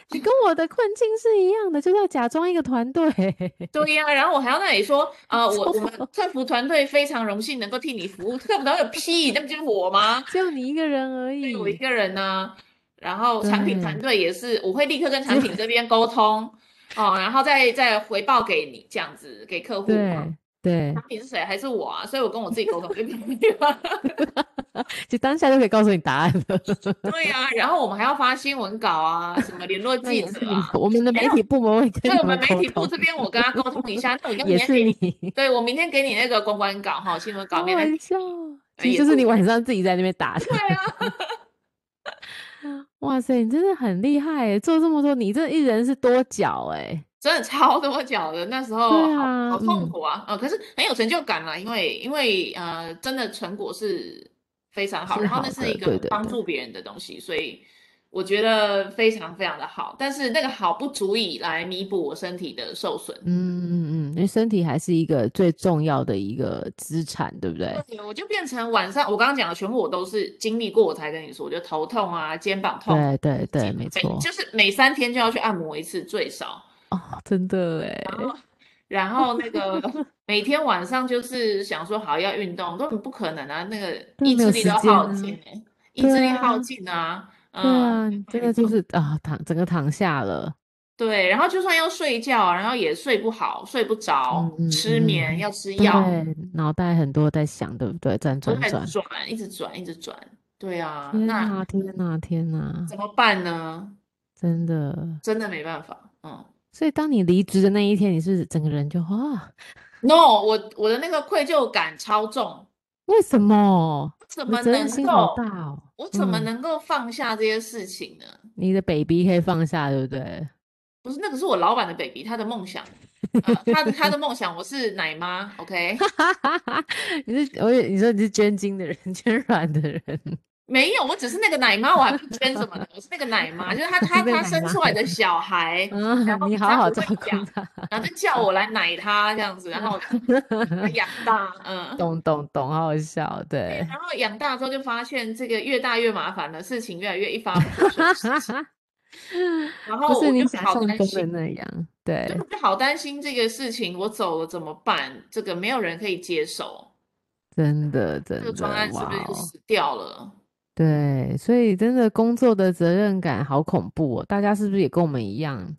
Speaker 1: 你跟我的困境是一样的，就是要假装一个团队。
Speaker 2: 对呀、然后我还要那里说，呃，我我
Speaker 1: 错
Speaker 2: 们 客服团队非常荣幸能够替你服务，客服团队有屁，那不就是我吗？
Speaker 1: 只有你一个人而已
Speaker 2: 对，我一个人呢、然后产品团
Speaker 1: 嗯对
Speaker 2: 队也是，我会立刻跟产品这边沟通哦，然后再再回报给你这样子给客户嘛。
Speaker 1: 对对，
Speaker 2: 产品是谁还是我啊？所以我跟我自己沟通就可以了。
Speaker 1: 就当下就可以告诉你答案了。
Speaker 2: 对呀、然后我们还要发新闻稿啊，什么联络
Speaker 1: 那
Speaker 2: 记
Speaker 1: 也是
Speaker 2: 者
Speaker 1: 你
Speaker 2: 啊。
Speaker 1: 我们的
Speaker 2: 没
Speaker 1: 媒
Speaker 2: 有
Speaker 1: 体部门会跟
Speaker 2: 对，
Speaker 1: 你
Speaker 2: 我们媒
Speaker 1: 沟
Speaker 2: 体部
Speaker 1: 通
Speaker 2: 这边我跟他沟通一下，那我跟
Speaker 1: 也
Speaker 2: 明天给
Speaker 1: 是
Speaker 2: 你，
Speaker 1: 你，
Speaker 2: 对我明天给你那个公关稿哈，新闻稿
Speaker 1: 开
Speaker 2: 明天
Speaker 1: 玩笑，哦其实
Speaker 2: 也
Speaker 1: 就是是你
Speaker 2: 我
Speaker 1: 晚上自己在那边打 的。
Speaker 2: 对啊，
Speaker 1: 哇塞，你真的很厉害耶，做这么多，你这一人是多角哎，
Speaker 2: 真的超多脚的，那时候
Speaker 1: 对
Speaker 2: 好、
Speaker 1: 啊
Speaker 2: 好痛
Speaker 1: 嗯
Speaker 2: 苦啊，呃，可是很有成就感啦，因为因为呃，真的成果是非常好，
Speaker 1: 是
Speaker 2: 然后那
Speaker 1: 好
Speaker 2: 是一
Speaker 1: 的对
Speaker 2: 个
Speaker 1: 对
Speaker 2: 帮
Speaker 1: 对
Speaker 2: 助别人的东西，所以我觉得非常非常的好，但是那个好不足以来弥补我身体的受损。
Speaker 1: 嗯嗯嗯，因为身体还是一个最重要的一个资产，对不对？
Speaker 2: 对，我就变成晚上，我刚刚讲的全部我都是经历过，我才跟你说，我就头痛啊，肩膀痛，
Speaker 1: 对对对，
Speaker 2: 肩
Speaker 1: 没
Speaker 2: 每
Speaker 1: 错，
Speaker 2: 就是每三天就要去按摩一次最少，
Speaker 1: 哦，真的哎，
Speaker 2: 然后那 个每天晚上就是想说好要运动，根本不可能啊，那个
Speaker 1: 对
Speaker 2: 意
Speaker 1: 没
Speaker 2: 志
Speaker 1: 有
Speaker 2: 力
Speaker 1: 时
Speaker 2: 都耗
Speaker 1: 间啊
Speaker 2: 尽哎、意
Speaker 1: 对
Speaker 2: 志力耗
Speaker 1: 啊
Speaker 2: 尽啊，
Speaker 1: 对
Speaker 2: 嗯，
Speaker 1: 啊，你真的就是啊，躺整个躺下了，
Speaker 2: 对，然后就算要睡觉，然后也睡不好，睡不着，
Speaker 1: 嗯
Speaker 2: 失眠
Speaker 1: 嗯，
Speaker 2: 要吃药，
Speaker 1: 对，脑袋很多在想，对不对？转
Speaker 2: 都
Speaker 1: 转
Speaker 2: 在
Speaker 1: 转，
Speaker 2: 转，一直转，一直转，对啊，
Speaker 1: 天
Speaker 2: 那
Speaker 1: 呐天呐天呐，
Speaker 2: 怎么办呢？
Speaker 1: 真的。
Speaker 2: 真的没办法，嗯。
Speaker 1: 所以当你离职的那一天，你是整个人就啊，
Speaker 2: No，我我的那个愧疚感超重，
Speaker 1: 为什么？
Speaker 2: 怎
Speaker 1: 你的
Speaker 2: 么
Speaker 1: 责任
Speaker 2: 能
Speaker 1: 心好
Speaker 2: 够，
Speaker 1: 大哦，
Speaker 2: 我怎么
Speaker 1: 嗯，
Speaker 2: 能够放下这些事情呢？
Speaker 1: 你的 baby 可以放下，对不对？
Speaker 2: 不是，那个是我老板的 baby，他的梦想，呃，他的他的梦想，我是奶妈，OK？
Speaker 1: 哈哈哈，你是我以为你说你是捐精的人，捐卵的 人，
Speaker 2: 没有，我只是那个奶妈，我还不捐什么呢？我是那个奶妈，就 是他
Speaker 1: 你是
Speaker 2: 他
Speaker 1: 那个
Speaker 2: 他
Speaker 1: 奶
Speaker 2: 生
Speaker 1: 妈
Speaker 2: 出来的小 孩，
Speaker 1: 啊，
Speaker 2: 然后
Speaker 1: 你好
Speaker 2: 他
Speaker 1: 好
Speaker 2: 不
Speaker 1: 照
Speaker 2: 会
Speaker 1: 顾
Speaker 2: 讲，
Speaker 1: 他，
Speaker 2: 然后就叫我来奶他这样子，然后我把他养大， 嗯。
Speaker 1: 懂懂懂，好好笑，对，
Speaker 2: 然后养大之后就发现这个越大越麻烦了，事情越来越一发不可收 拾，然
Speaker 1: 不
Speaker 2: 后
Speaker 1: 是
Speaker 2: 我
Speaker 1: 你
Speaker 2: 就
Speaker 1: 想
Speaker 2: 好
Speaker 1: 象
Speaker 2: 担
Speaker 1: 中的
Speaker 2: 心。
Speaker 1: 那样，
Speaker 2: 对，
Speaker 1: 对，
Speaker 2: 我就好担心这个事情，我走了怎么办？这个没有人可以接手，
Speaker 1: 真的
Speaker 2: 这个
Speaker 1: 真
Speaker 2: 专
Speaker 1: 的，
Speaker 2: 案是不
Speaker 1: 哇
Speaker 2: 是就
Speaker 1: 哦，
Speaker 2: 死掉了？
Speaker 1: 对，所以真的工作的责任感好恐怖哦，大家是不是也跟我们一样？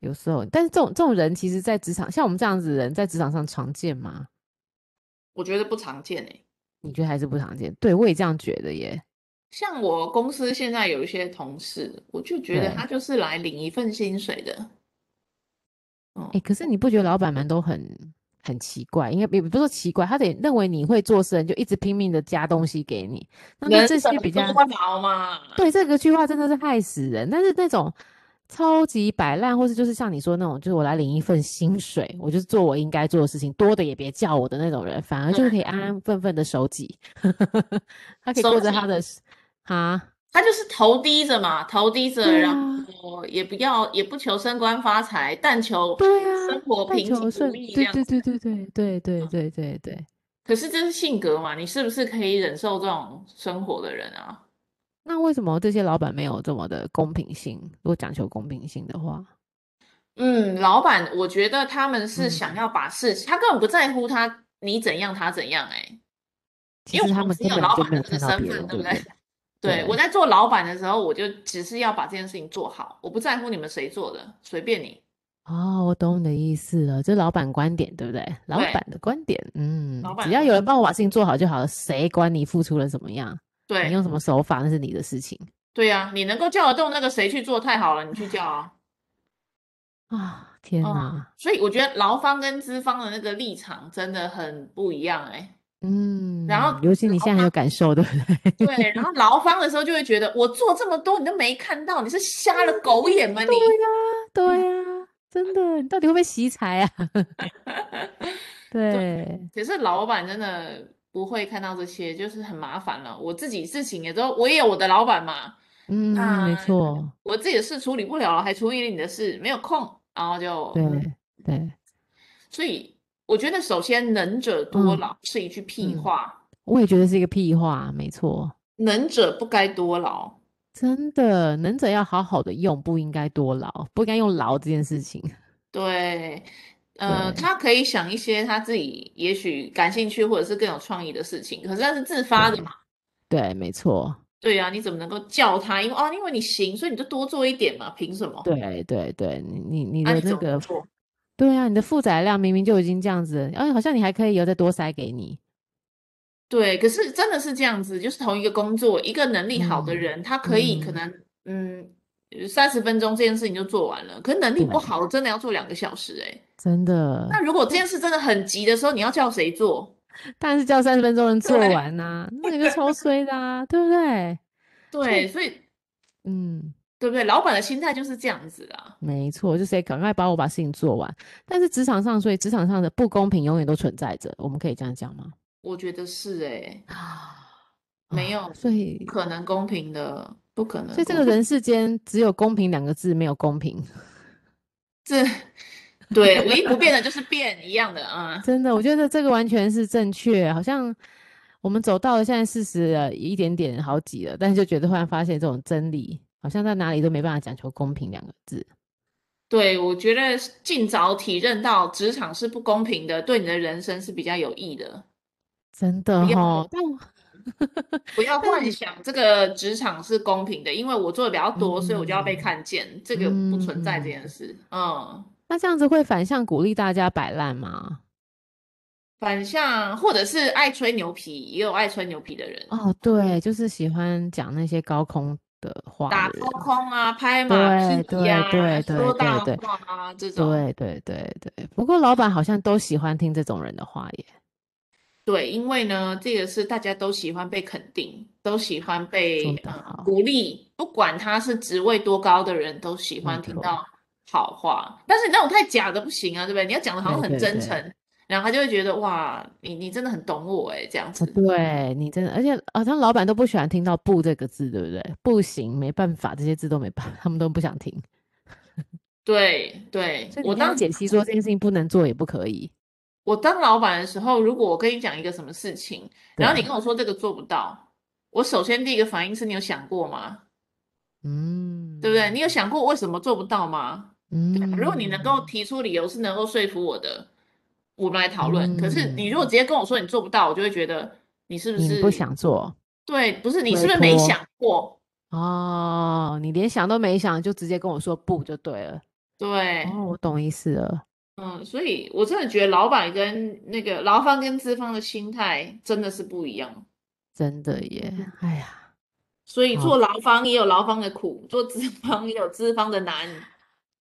Speaker 1: 有时候，但是这种这种人，其实，在职场，像我们这样子的人，在职场上常见吗？
Speaker 2: 我觉得不常见欸诶、
Speaker 1: 你觉得还是不常见？对我也这样觉得耶。
Speaker 2: 像我公司现在有一些同事，我就觉得
Speaker 1: 对，
Speaker 2: 他就是来领一份薪水的，嗯，
Speaker 1: 哎，可是你不觉得老板们都很很奇怪？应该也不是说奇怪，他得认为你会做事的人，就一直拼命的加东西给你。那那
Speaker 2: 人
Speaker 1: 这
Speaker 2: 怎
Speaker 1: 些
Speaker 2: 么
Speaker 1: 比较，
Speaker 2: 多劳 嘛？
Speaker 1: 对这个句话真的是害死人。但是那种超级摆烂，或是就是像你说那种，就是我来领一份薪水，我就是做我应该做的事情，多的也别叫我的那种人，反而就可以
Speaker 2: 嗯，
Speaker 1: 安安分分的守己， 他可以
Speaker 2: 手
Speaker 1: 过着他
Speaker 2: 机
Speaker 1: 的啊，
Speaker 2: 他就是头低着嘛，头低着，
Speaker 1: 对
Speaker 2: 然
Speaker 1: 啊。
Speaker 2: 后也不要也不求升官发财，但求
Speaker 1: 对
Speaker 2: 哦生
Speaker 1: 啊，
Speaker 2: 活
Speaker 1: 但
Speaker 2: 平
Speaker 1: 求
Speaker 2: 静无
Speaker 1: 顺，
Speaker 2: 益这
Speaker 1: 对
Speaker 2: 样
Speaker 1: 对
Speaker 2: 子。
Speaker 1: 对对对对对
Speaker 2: 嗯
Speaker 1: 对对对，
Speaker 2: 可是这是性格嘛，你是不是可以忍受这种生活的人啊？
Speaker 1: 那为什么这些老板没有这么的公平性？如果讲求公平性的话，
Speaker 2: 嗯，老板，我觉得他们是
Speaker 1: 嗯，
Speaker 2: 想要把事情，他根本不在乎他你怎样，他怎样哎、
Speaker 1: 其
Speaker 2: 因为
Speaker 1: 实
Speaker 2: 我
Speaker 1: 他
Speaker 2: 们
Speaker 1: 们
Speaker 2: 只
Speaker 1: 根
Speaker 2: 有
Speaker 1: 本
Speaker 2: 老
Speaker 1: 就
Speaker 2: 板
Speaker 1: 没有
Speaker 2: 的这个
Speaker 1: 看到
Speaker 2: 身
Speaker 1: 别
Speaker 2: 份，
Speaker 1: 人，对
Speaker 2: 对不
Speaker 1: 不
Speaker 2: 对？
Speaker 1: 对？
Speaker 2: 对，
Speaker 1: 对，
Speaker 2: 我在做老板的时候，我就只是要把这件事情做好，我不在乎你们谁做的，随便你。
Speaker 1: 哦，我懂你的意思了，这老板观点，对不对？老
Speaker 2: 对，
Speaker 1: 板的观点，
Speaker 2: 老
Speaker 1: 嗯，只
Speaker 2: 板的
Speaker 1: 要
Speaker 2: 观
Speaker 1: 有人
Speaker 2: 点，
Speaker 1: 帮我把事情做好就好了，谁管你付出了怎么样，你
Speaker 2: 对
Speaker 1: 用什么手法那是你的事情
Speaker 2: 对呀、你能够叫得动那个谁去做太好了，你去叫啊。
Speaker 1: 啊！天
Speaker 2: 嗯，
Speaker 1: 哪，
Speaker 2: 所以我觉得劳方跟资方的那个立场真的很不一样哎、然
Speaker 1: 嗯，
Speaker 2: 后
Speaker 1: 尤其你
Speaker 2: 劳
Speaker 1: 现在很有
Speaker 2: 方。
Speaker 1: 感受，对 不对？
Speaker 2: 对，然后劳方的时候就会觉得，我做这么多你都没看到，你是瞎了狗眼吗
Speaker 1: 对
Speaker 2: 你？
Speaker 1: 呀，对呀，真的，你到底会不会惜财啊？
Speaker 2: 对，
Speaker 1: 对，
Speaker 2: 可是老板真的不会看到这些，就是很麻烦了。我自己事情也都，我也有我的老板嘛，
Speaker 1: 嗯，没
Speaker 2: 那
Speaker 1: 错，
Speaker 2: 我自己的事处理不了了，还处理你的事，没有空，然后就嗯，
Speaker 1: 对对，
Speaker 2: 所以我觉得首先能者多
Speaker 1: 嗯
Speaker 2: 劳是一句屁
Speaker 1: 嗯，
Speaker 2: 话，
Speaker 1: 我也觉得是一个屁话，没错，
Speaker 2: 能者不该多劳。
Speaker 1: 真的，能者要好好的用，不应该多劳，不应该用劳这件事情。
Speaker 2: 对，呃，
Speaker 1: 对
Speaker 2: 他可以想一些他自己也许感兴趣或者是更有创意的事情，可是那是自发的嘛。
Speaker 1: 对，没错，
Speaker 2: 对呀、啊，你怎么能够叫他？因为哦，因为你行，所以你就多做一点嘛，凭什么？
Speaker 1: 对对对，你你你
Speaker 2: 那
Speaker 1: 的
Speaker 2: 你
Speaker 1: 那
Speaker 2: 怎么
Speaker 1: 个
Speaker 2: 不，做？
Speaker 1: 对啊，你的负载量明明就已经这样子了，而且好像你还可以有再多塞给你。
Speaker 2: 对，可是真的是这样子，就是同一个工作，一个能力好的
Speaker 1: 嗯
Speaker 2: 人，他可以可
Speaker 1: 嗯
Speaker 2: 能嗯三十分钟这件事情就做完了，可是能力不
Speaker 1: 对，嗯
Speaker 2: 好，真的要做两个小时哎、
Speaker 1: 真的，
Speaker 2: 那如果这件事真的很急的时候，你要叫谁做？
Speaker 1: 但是叫三十分钟人做
Speaker 2: 对
Speaker 1: 完呐、那你就超衰的啊，对不对？所以，
Speaker 2: 对，所以
Speaker 1: 嗯，
Speaker 2: 对不对？老板的心态就是这样子啊。
Speaker 1: 没错，就是得赶快把我把事情做完。但是职场上，所以职场上的不公平永远都存在着，我们可以这样讲吗？
Speaker 2: 我觉得是诶，
Speaker 1: 啊
Speaker 2: 没
Speaker 1: 啊，
Speaker 2: 有
Speaker 1: 所
Speaker 2: 不
Speaker 1: 以，
Speaker 2: 可能公平的，不可
Speaker 1: 所
Speaker 2: 能
Speaker 1: 以这
Speaker 2: 公
Speaker 1: 个
Speaker 2: 平。
Speaker 1: 人世间只有公平两个字，没有公平。
Speaker 2: 这对唯一不变的就是变一样的啊。
Speaker 1: 真的，我觉得这个完全是正确。好像我们走到了现在四十了，一点点好几了，但是就觉得忽然发现这种真理，好像在哪里都没办法讲求公平两个字。
Speaker 2: 对，我觉得尽早体认到职场是不公平的，对你的人生是比较有益的。
Speaker 1: 真
Speaker 2: 不
Speaker 1: 的
Speaker 2: 要
Speaker 1: 哈，但我
Speaker 2: 不要
Speaker 1: 但是
Speaker 2: 幻
Speaker 1: 你，
Speaker 2: 想这个职场是公平的，因为我做的比较多，所以我就要被
Speaker 1: 嗯
Speaker 2: 看见，这个不存在这
Speaker 1: 嗯，
Speaker 2: 件事。嗯，
Speaker 1: 那这样子会反向鼓励大家摆烂吗？
Speaker 2: 反向或者是爱吹牛皮，也有爱吹牛皮的人，
Speaker 1: 哦，对，就是喜欢讲那些高空的话
Speaker 2: 打
Speaker 1: 的
Speaker 2: 高
Speaker 1: 人。
Speaker 2: 空啊、拍马屁
Speaker 1: 对对
Speaker 2: 呀、
Speaker 1: 对对
Speaker 2: 说
Speaker 1: 对
Speaker 2: 大
Speaker 1: 对
Speaker 2: 话啊这种。
Speaker 1: 对对对对，不过老板好像都喜欢听这种人的话耶。
Speaker 2: 对，因为呢，这个是大家都喜欢被肯定，都喜欢被
Speaker 1: 说得
Speaker 2: 呃
Speaker 1: 好，
Speaker 2: 鼓励，不管他是职位多高的人，都喜
Speaker 1: 没
Speaker 2: 欢听
Speaker 1: 错，
Speaker 2: 到好话。但是你那种太假的不行啊，对不对？你要讲的好像
Speaker 1: 对
Speaker 2: 很
Speaker 1: 对
Speaker 2: 真
Speaker 1: 对。
Speaker 2: 诚，然后他就会觉得哇，你你真的很懂我哎，这样
Speaker 1: 啊，
Speaker 2: 子。
Speaker 1: 对你真的，而且好像老板都不喜欢听到“不”这个字，对不对？不行，没办法，这些字都没办法，他们都不想听。
Speaker 2: 对对，
Speaker 1: 所以你
Speaker 2: 我
Speaker 1: 跟他
Speaker 2: 当
Speaker 1: 解析说这件事情不能做，也不可以。
Speaker 2: 我当老板的时候，如果我跟你讲一个什么事情，然后你
Speaker 1: 对，
Speaker 2: 跟我说这个做不到，我首先第一个反应是你有想过吗？对不对？
Speaker 1: 嗯
Speaker 2: 你有想过为什么做不到吗？对啊吧？如果你能够
Speaker 1: 嗯
Speaker 2: 提出理由是能够说服我的，我们来讨论。可是你如果直
Speaker 1: 嗯，
Speaker 2: 接跟我说你做不到，我就会觉得你是不
Speaker 1: 你不
Speaker 2: 是
Speaker 1: 想做，
Speaker 2: 对？不是你
Speaker 1: 推
Speaker 2: 是不是没
Speaker 1: 脱
Speaker 2: 想过？
Speaker 1: 哦，你连想都没想就直接跟我说不就对了。
Speaker 2: 对，
Speaker 1: 哦，我懂意思了。
Speaker 2: 嗯，所以我真的觉得老板跟那个劳方跟资方的心态真的是不一样。
Speaker 1: 真的耶，哎呀，
Speaker 2: 所以
Speaker 1: 好，
Speaker 2: 做劳方也有劳方的苦，做资方也有资方的难。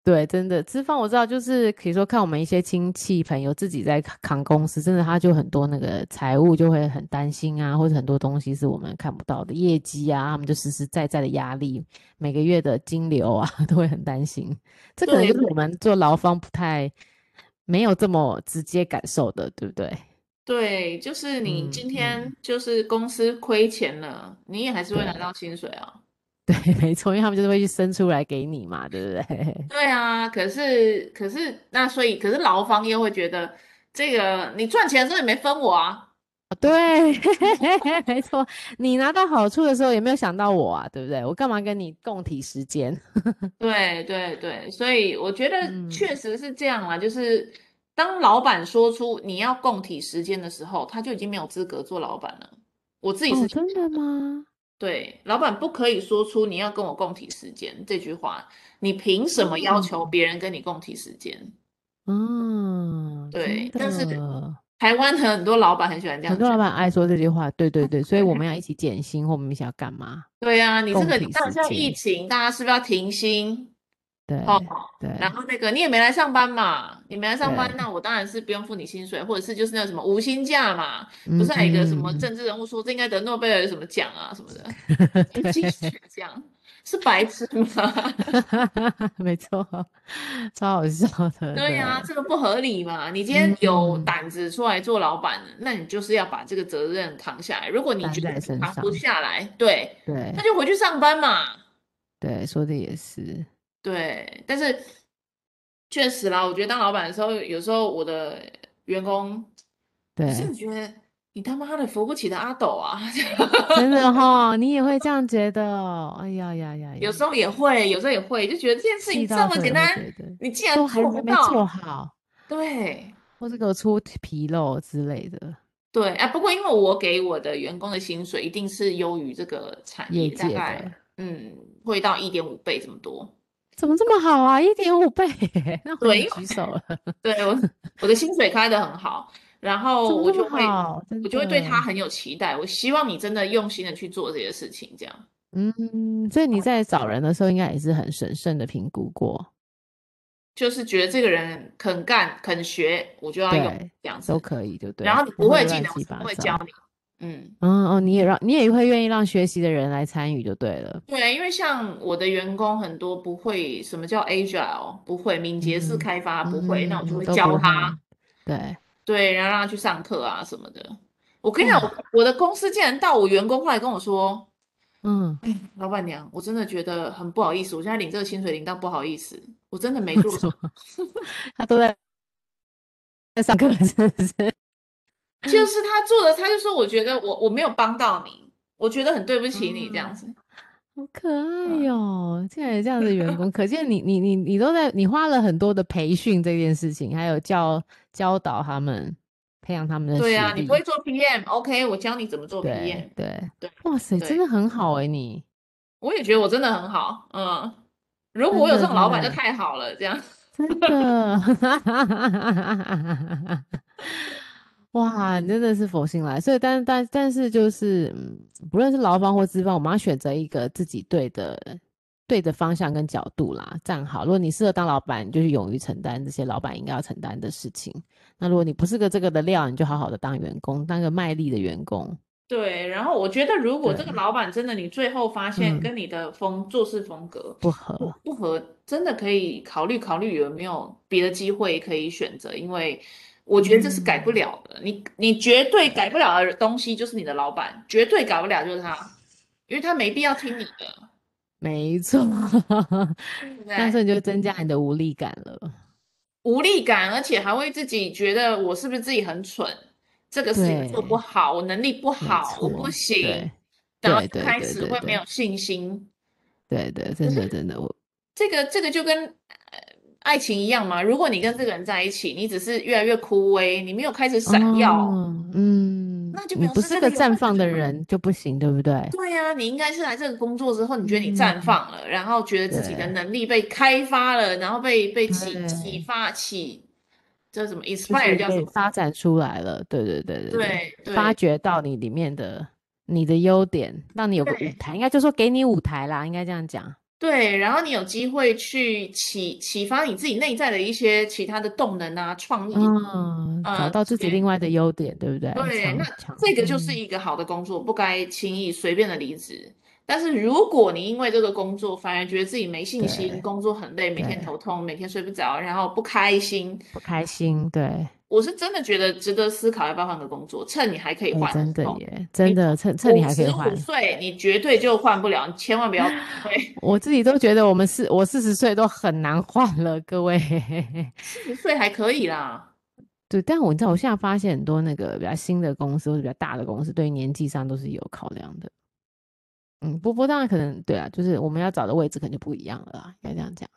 Speaker 1: 对，真的资方我知道，就是比如说看我们一些亲戚朋友自己在扛扛公司，真的他就很多那个财务就会很担心啊，或者很多东西是我们看不到的业绩啊，他们就实实在在的压力，每个月的金流啊 都会很担心。这可能就
Speaker 2: 对，
Speaker 1: 是我们做劳方不太没有这么直接感受的，对不对？
Speaker 2: 对，就是你
Speaker 1: 嗯
Speaker 2: 今天
Speaker 1: 嗯，
Speaker 2: 就是公司亏钱了，你也还是会拿
Speaker 1: 对
Speaker 2: 到薪水啊。
Speaker 1: 对，没错，因为他们就是会去生出来给你嘛，对不对？
Speaker 2: 对啊，可是可是那所以可是劳方又会觉得这个你赚钱的时候也没分我啊，
Speaker 1: 哦对， 没错，你拿到好处的时候也没有想到我啊，对不对？我干嘛跟你共体时间？
Speaker 2: 对对对，所以我觉得
Speaker 1: 嗯，
Speaker 2: 确实是这样啦，就是当老板说出你要共体时间的时候，他就已经没有资格做老板了。我自己
Speaker 1: 哦，
Speaker 2: 是觉
Speaker 1: 真
Speaker 2: 得，
Speaker 1: 的吗？
Speaker 2: 对，老板不可以说出你要跟我共体时间这句话，你凭什么要求
Speaker 1: 嗯
Speaker 2: 别人跟你共体时间？
Speaker 1: 嗯，真
Speaker 2: 对，但是
Speaker 1: 的，
Speaker 2: 台湾的很多老板很喜欢这
Speaker 1: 很
Speaker 2: 样
Speaker 1: 多老
Speaker 2: 讲。
Speaker 1: 板爱说这句话，对对 对，所以我们要一起减薪，或我们一起要干嘛？
Speaker 2: 对呀、你这
Speaker 1: 共
Speaker 2: 个，你
Speaker 1: 体
Speaker 2: 看
Speaker 1: 时
Speaker 2: 像疫
Speaker 1: 间，
Speaker 2: 情，大家是不是要停薪？哦，
Speaker 1: 对对
Speaker 2: 然后那个你也没来上班嘛，你没来上班，那
Speaker 1: 对，
Speaker 2: 我当然是不用付你薪水，或者是就是那个什么无薪假嘛，不
Speaker 1: 嗯
Speaker 2: 是还有一个什么
Speaker 1: 嗯，
Speaker 2: 政治人物说这应该得诺贝尔什么奖啊什么的， 没薪
Speaker 1: 对，
Speaker 2: 水这样是白痴 吗？
Speaker 1: 没错，超好笑的，
Speaker 2: 对啊呀、
Speaker 1: 对，
Speaker 2: 这个不合理嘛！你今天有
Speaker 1: 嗯，
Speaker 2: 胆子出来做老板，那你就是要把这个责任扛下来。如果你觉
Speaker 1: 担
Speaker 2: 得
Speaker 1: 在身
Speaker 2: 你扛不
Speaker 1: 上，
Speaker 2: 下来，对，那
Speaker 1: 对
Speaker 2: 就回去上班嘛。
Speaker 1: 对，说的也是。
Speaker 2: 对，但是确实啦，我觉得当老板的时候，有时候我的员工，我真
Speaker 1: 对，
Speaker 2: 的觉得。你他妈的扶不起的阿斗啊！
Speaker 1: 真的哈、你也会这样觉得哦？哎呀呀呀呀！
Speaker 2: 有时候也会，有时候也会，就觉得这件事情
Speaker 1: 气
Speaker 2: 这
Speaker 1: 到
Speaker 2: 么
Speaker 1: 时候
Speaker 2: 简
Speaker 1: 也会
Speaker 2: 单，
Speaker 1: 觉得
Speaker 2: 你竟然
Speaker 1: 都还
Speaker 2: 做不
Speaker 1: 还没
Speaker 2: 到，
Speaker 1: 做好，
Speaker 2: 对。
Speaker 1: 或者给我出纰漏之类的。
Speaker 2: 对，啊，不过因为我给我的员工的薪水一定是优于这个产
Speaker 1: 业
Speaker 2: 业，大
Speaker 1: 界的
Speaker 2: 概嗯会到一点五倍这么多。
Speaker 1: 怎么这么好啊？一点五倍，那我
Speaker 2: 对
Speaker 1: 也
Speaker 2: 因为
Speaker 1: 举手了。
Speaker 2: 对，我我的薪水开得很好，然后
Speaker 1: 怎么
Speaker 2: 哦我
Speaker 1: 这
Speaker 2: 就
Speaker 1: 么
Speaker 2: 会
Speaker 1: 好？真
Speaker 2: 我就会对他
Speaker 1: 的
Speaker 2: 很有期待。我希望你真的用心的去做这些事情，这样。
Speaker 1: 嗯，所以你在找人的时候，应该也是很审慎的评估过，
Speaker 2: 就是觉得这个人肯干、肯学，我就要用
Speaker 1: 对，
Speaker 2: 这样
Speaker 1: 都
Speaker 2: 子。
Speaker 1: 可以，就对。
Speaker 2: 然后你
Speaker 1: 不
Speaker 2: 不会的技
Speaker 1: 乱
Speaker 2: 能，
Speaker 1: 七
Speaker 2: 我
Speaker 1: 八
Speaker 2: 会
Speaker 1: 糟。
Speaker 2: 教你。嗯，
Speaker 1: 嗯哦，你也让你也会愿意让学习的人来参与就对了。
Speaker 2: 对，因为像我的员工很多不会什么叫 agile，不会敏捷式
Speaker 1: 嗯
Speaker 2: 开发啊不会，那我就
Speaker 1: 嗯，
Speaker 2: 会
Speaker 1: 都不
Speaker 2: 教
Speaker 1: 会。
Speaker 2: 他。
Speaker 1: 对，
Speaker 2: 对，然后让他去上课啊什么的。我跟你讲，
Speaker 1: 哇，
Speaker 2: 我我的公司竟然到我员工后来跟我说，
Speaker 1: 嗯，
Speaker 2: 老板娘，我真的觉得很不好意思，我现在领这个薪水领到不好意思，我真的 没做
Speaker 1: 怎
Speaker 2: 什么。
Speaker 1: 么他都在 在上课，真的是。
Speaker 2: 就是他做的，他就说我觉得我我没有帮到你，我觉得很对不起你这样
Speaker 1: 嗯，
Speaker 2: 子。
Speaker 1: 好可爱
Speaker 2: 嗯，
Speaker 1: 哟、竟然有这样的员 工，可见你你你你都在，你花了很多的培训这件事情，还有教教导他们，培养他们的
Speaker 2: 对
Speaker 1: 实
Speaker 2: 啊，你不会
Speaker 1: 力。
Speaker 2: 做 PM，OK，、我教你怎么做
Speaker 1: 对
Speaker 2: PM。
Speaker 1: 对，
Speaker 2: 对
Speaker 1: 哇塞，真
Speaker 2: 对，嗯
Speaker 1: 的很好哎、你
Speaker 2: 我也觉得我真的很好，嗯，如果
Speaker 1: 真
Speaker 2: 我有这
Speaker 1: 的
Speaker 2: 种
Speaker 1: 真
Speaker 2: 老板就
Speaker 1: 的
Speaker 2: 太好了，这样。
Speaker 1: 真的，哇，你真的是佛心来。所以但但但是就是，嗯，不论是劳方或资方，我们要选择一个自己对的对的方向跟角度啦，站好。如果你适合当老板，你就去勇于承担这些老板应该要承担的事情。那如果你不是个这个的料，你就好好的当员工，当个卖力的员工。
Speaker 2: 对，然后我觉得，如果这个
Speaker 1: 对，
Speaker 2: 老板真的你最后发现
Speaker 1: 嗯，
Speaker 2: 跟你的风做事风格
Speaker 1: 不
Speaker 2: 不
Speaker 1: 合。
Speaker 2: 不合，真的可以考虑考虑有没有别的机会可以选择，因为我觉得这是改不
Speaker 1: 嗯，
Speaker 2: 了的。你你绝对改
Speaker 1: 对。
Speaker 2: 不了的东西就是你的老板，绝对改不了就是他，因为他没必要听你的，
Speaker 1: 没错，
Speaker 2: 对不
Speaker 1: 那时
Speaker 2: 对？
Speaker 1: 候你就增加你的无力感了。
Speaker 2: 无力感，而且还会自己觉得我是不是自己很蠢，这个事情做
Speaker 1: 对，
Speaker 2: 不好，我能力不
Speaker 1: 没
Speaker 2: 好，我不
Speaker 1: 错，
Speaker 2: 行，
Speaker 1: 对，
Speaker 2: 然后
Speaker 1: 对，
Speaker 2: 就
Speaker 1: 对，
Speaker 2: 开
Speaker 1: 对，
Speaker 2: 始
Speaker 1: 对，
Speaker 2: 会没
Speaker 1: 对，
Speaker 2: 有信心。
Speaker 1: 对，对，
Speaker 2: 可
Speaker 1: 真
Speaker 2: 是
Speaker 1: 的，真的，我，
Speaker 2: 这个这个就跟呃爱情一样嘛，如果你跟这个人在一起，你只是越来越枯萎，你没有开始闪耀，
Speaker 1: 哦，嗯，
Speaker 2: 那就
Speaker 1: 你
Speaker 2: 表
Speaker 1: 不
Speaker 2: 示
Speaker 1: 是
Speaker 2: 这
Speaker 1: 个
Speaker 2: 个有
Speaker 1: 绽
Speaker 2: 问
Speaker 1: 放的
Speaker 2: 题嘛。
Speaker 1: 人就不行，对不对？
Speaker 2: 对呀、你应该是来这个工作之后，你觉得你绽
Speaker 1: 嗯，
Speaker 2: 放了，然后觉得自己的
Speaker 1: 对，
Speaker 2: 能力被开发了，然后被被启启
Speaker 1: 对，
Speaker 2: 发起，这什么
Speaker 1: 就
Speaker 2: inspire
Speaker 1: 是
Speaker 2: 叫什
Speaker 1: 被
Speaker 2: 么？
Speaker 1: 发展出来了，对，对，对，对，对，
Speaker 2: 对
Speaker 1: 发
Speaker 2: 对
Speaker 1: 掘到你里面的你的优点，让你有个舞
Speaker 2: 对
Speaker 1: 台，应该就说给你舞台啦，应该这样讲。
Speaker 2: 对，然后你有机会去启启发你自己内在的一些其他的动能啊、创意，
Speaker 1: 嗯，找
Speaker 2: 呃，
Speaker 1: 到自己另
Speaker 2: 对。
Speaker 1: 外的优点，对不对？
Speaker 2: 对，那
Speaker 1: 强强，
Speaker 2: 这个就是
Speaker 1: 嗯，
Speaker 2: 一个好的工作，不该轻易随便的离职。但是如果你因为这个工作反而觉得自己没信心，
Speaker 1: 对，
Speaker 2: 工作很累，每天
Speaker 1: 对。
Speaker 2: 头痛，每天睡不着，然后不开心，
Speaker 1: 不开心，对，
Speaker 2: 我是真的觉得值得思考要不要换个工作，趁你还可以
Speaker 1: 哎，
Speaker 2: 换的
Speaker 1: 真
Speaker 2: 时
Speaker 1: 的
Speaker 2: 候。
Speaker 1: 耶，真
Speaker 2: 你
Speaker 1: 的，趁趁你
Speaker 2: 五
Speaker 1: 还可以
Speaker 2: 十五
Speaker 1: 换，
Speaker 2: 岁，你绝对就换不了，你千万不要误会。
Speaker 1: 我自己都觉得我们四我四十岁都很难换了，各 位。
Speaker 2: 四十岁还可以啦，
Speaker 1: 对，但我你知道，我现在发现很多那个比较新的公司或者比较大的公司，对于年纪上都是有考量的。嗯，不过当然可能对啊，就是我们要找的位置可能就不一样了啦，应该这样讲。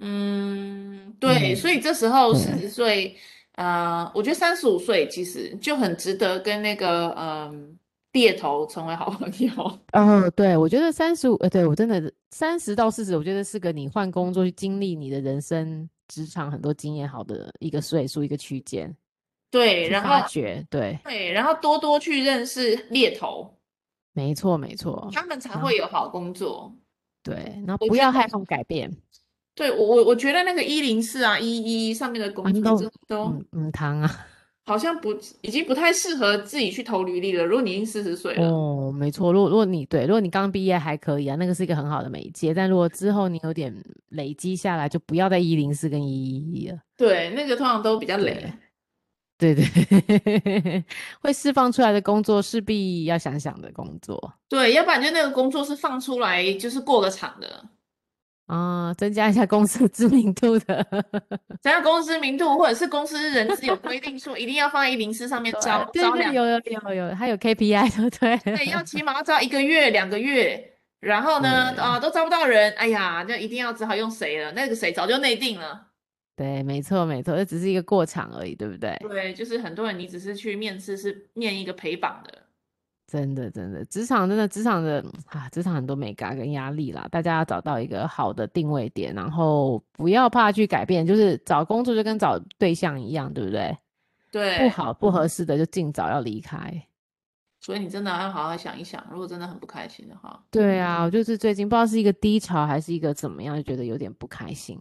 Speaker 2: 嗯，对，所
Speaker 1: 嗯，
Speaker 2: 以这时候四
Speaker 1: 对，
Speaker 2: 十岁，呃，我觉得三十五岁其实就很值得跟那个嗯猎头成为好朋友。
Speaker 1: 哦，对，我觉得三十五，呃，对我真的三十到四十，我觉得是个你换工作去经历你的人生、职场很多经验好的一个岁数、一个区间，
Speaker 2: 对，
Speaker 1: 去
Speaker 2: 然
Speaker 1: 发
Speaker 2: 后
Speaker 1: 掘，对。
Speaker 2: 对，然后多多去认识猎头，
Speaker 1: 没错，没错。
Speaker 2: 他们才
Speaker 1: 然
Speaker 2: 会
Speaker 1: 后
Speaker 2: 有好工作。
Speaker 1: 对，然后
Speaker 2: 我
Speaker 1: 不
Speaker 2: 觉
Speaker 1: 要害
Speaker 2: 得，
Speaker 1: 怕改变。
Speaker 2: 对，我我我觉得那个一零四啊、一一上面的
Speaker 1: 啊，
Speaker 2: 工
Speaker 1: 你
Speaker 2: 作
Speaker 1: 都
Speaker 2: 真的都
Speaker 1: 嗯嗯糖啊，
Speaker 2: 好像不已经不太适合自己去投履历了。如果你已经四十岁了，
Speaker 1: 哦，没错。如果如果你对，如果你刚毕业还可以啊，那个是一个很好的媒介。但如果之后你有点累积下来，就不要再一零四跟一一一了。
Speaker 2: 对，那个通常都比较
Speaker 1: 对
Speaker 2: 累。
Speaker 1: 对对， 会释放出来的工作势必要想想的工作。
Speaker 2: 对，要不然就那个工作是放出来就是过个场的。
Speaker 1: 啊、增加一下公司知名度 的，
Speaker 2: 想要公司名度，或者是公司人资有规定说一定要放在零四上面招
Speaker 1: 对
Speaker 2: 招
Speaker 1: 对，
Speaker 2: 两
Speaker 1: 有有有有，还有 KPI 的，对了，
Speaker 2: 对，要起码要招一个月、两个月，然后呢，
Speaker 1: 对
Speaker 2: 啊，都招不到人，哎呀，就一定要只好用谁了，那个谁早就内定了。
Speaker 1: 对，没错没错，这只是一个过场而已，对不对？
Speaker 2: 对，就是很多人你只是去面试是面一个陪绑的，
Speaker 1: 真的真的，职场真的职场的啊，职场很多美嘎跟压力啦，大家要找到一个好的定位点，然后不要怕去改变，就是找工作就跟找对象一样，对不对？不
Speaker 2: 对，
Speaker 1: 好不合适的就尽早要离开。
Speaker 2: 所以你真的要好好想一想，如果真的很不开心的话，
Speaker 1: 对啊，
Speaker 2: 嗯
Speaker 1: 我就是最近不知道是一个低潮还是一个怎么样，就觉得有点不开心。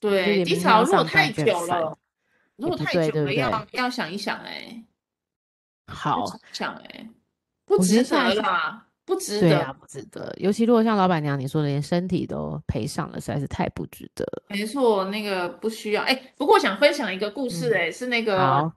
Speaker 2: 对，
Speaker 1: 也
Speaker 2: 低
Speaker 1: 没
Speaker 2: 潮
Speaker 1: 有
Speaker 2: 如果
Speaker 1: 上班
Speaker 2: 太
Speaker 1: 就很
Speaker 2: 久
Speaker 1: 烦
Speaker 2: 了，如
Speaker 1: 也
Speaker 2: 果
Speaker 1: 不
Speaker 2: 太
Speaker 1: 对
Speaker 2: 久
Speaker 1: 对不
Speaker 2: 了
Speaker 1: 对
Speaker 2: 要要想一想，哎，
Speaker 1: 好，
Speaker 2: 想哎，不
Speaker 1: 我觉
Speaker 2: 值
Speaker 1: 得下
Speaker 2: 得
Speaker 1: 一次
Speaker 2: 啦，不值
Speaker 1: 对
Speaker 2: 得，
Speaker 1: 啊，不值得。尤其如果像老板娘你说的，连身体都赔上了，实在是太不值得了。
Speaker 2: 没错，那个不需要。哎，不过我想分享一个故事，
Speaker 1: 嗯
Speaker 2: 哎，是那个
Speaker 1: 好，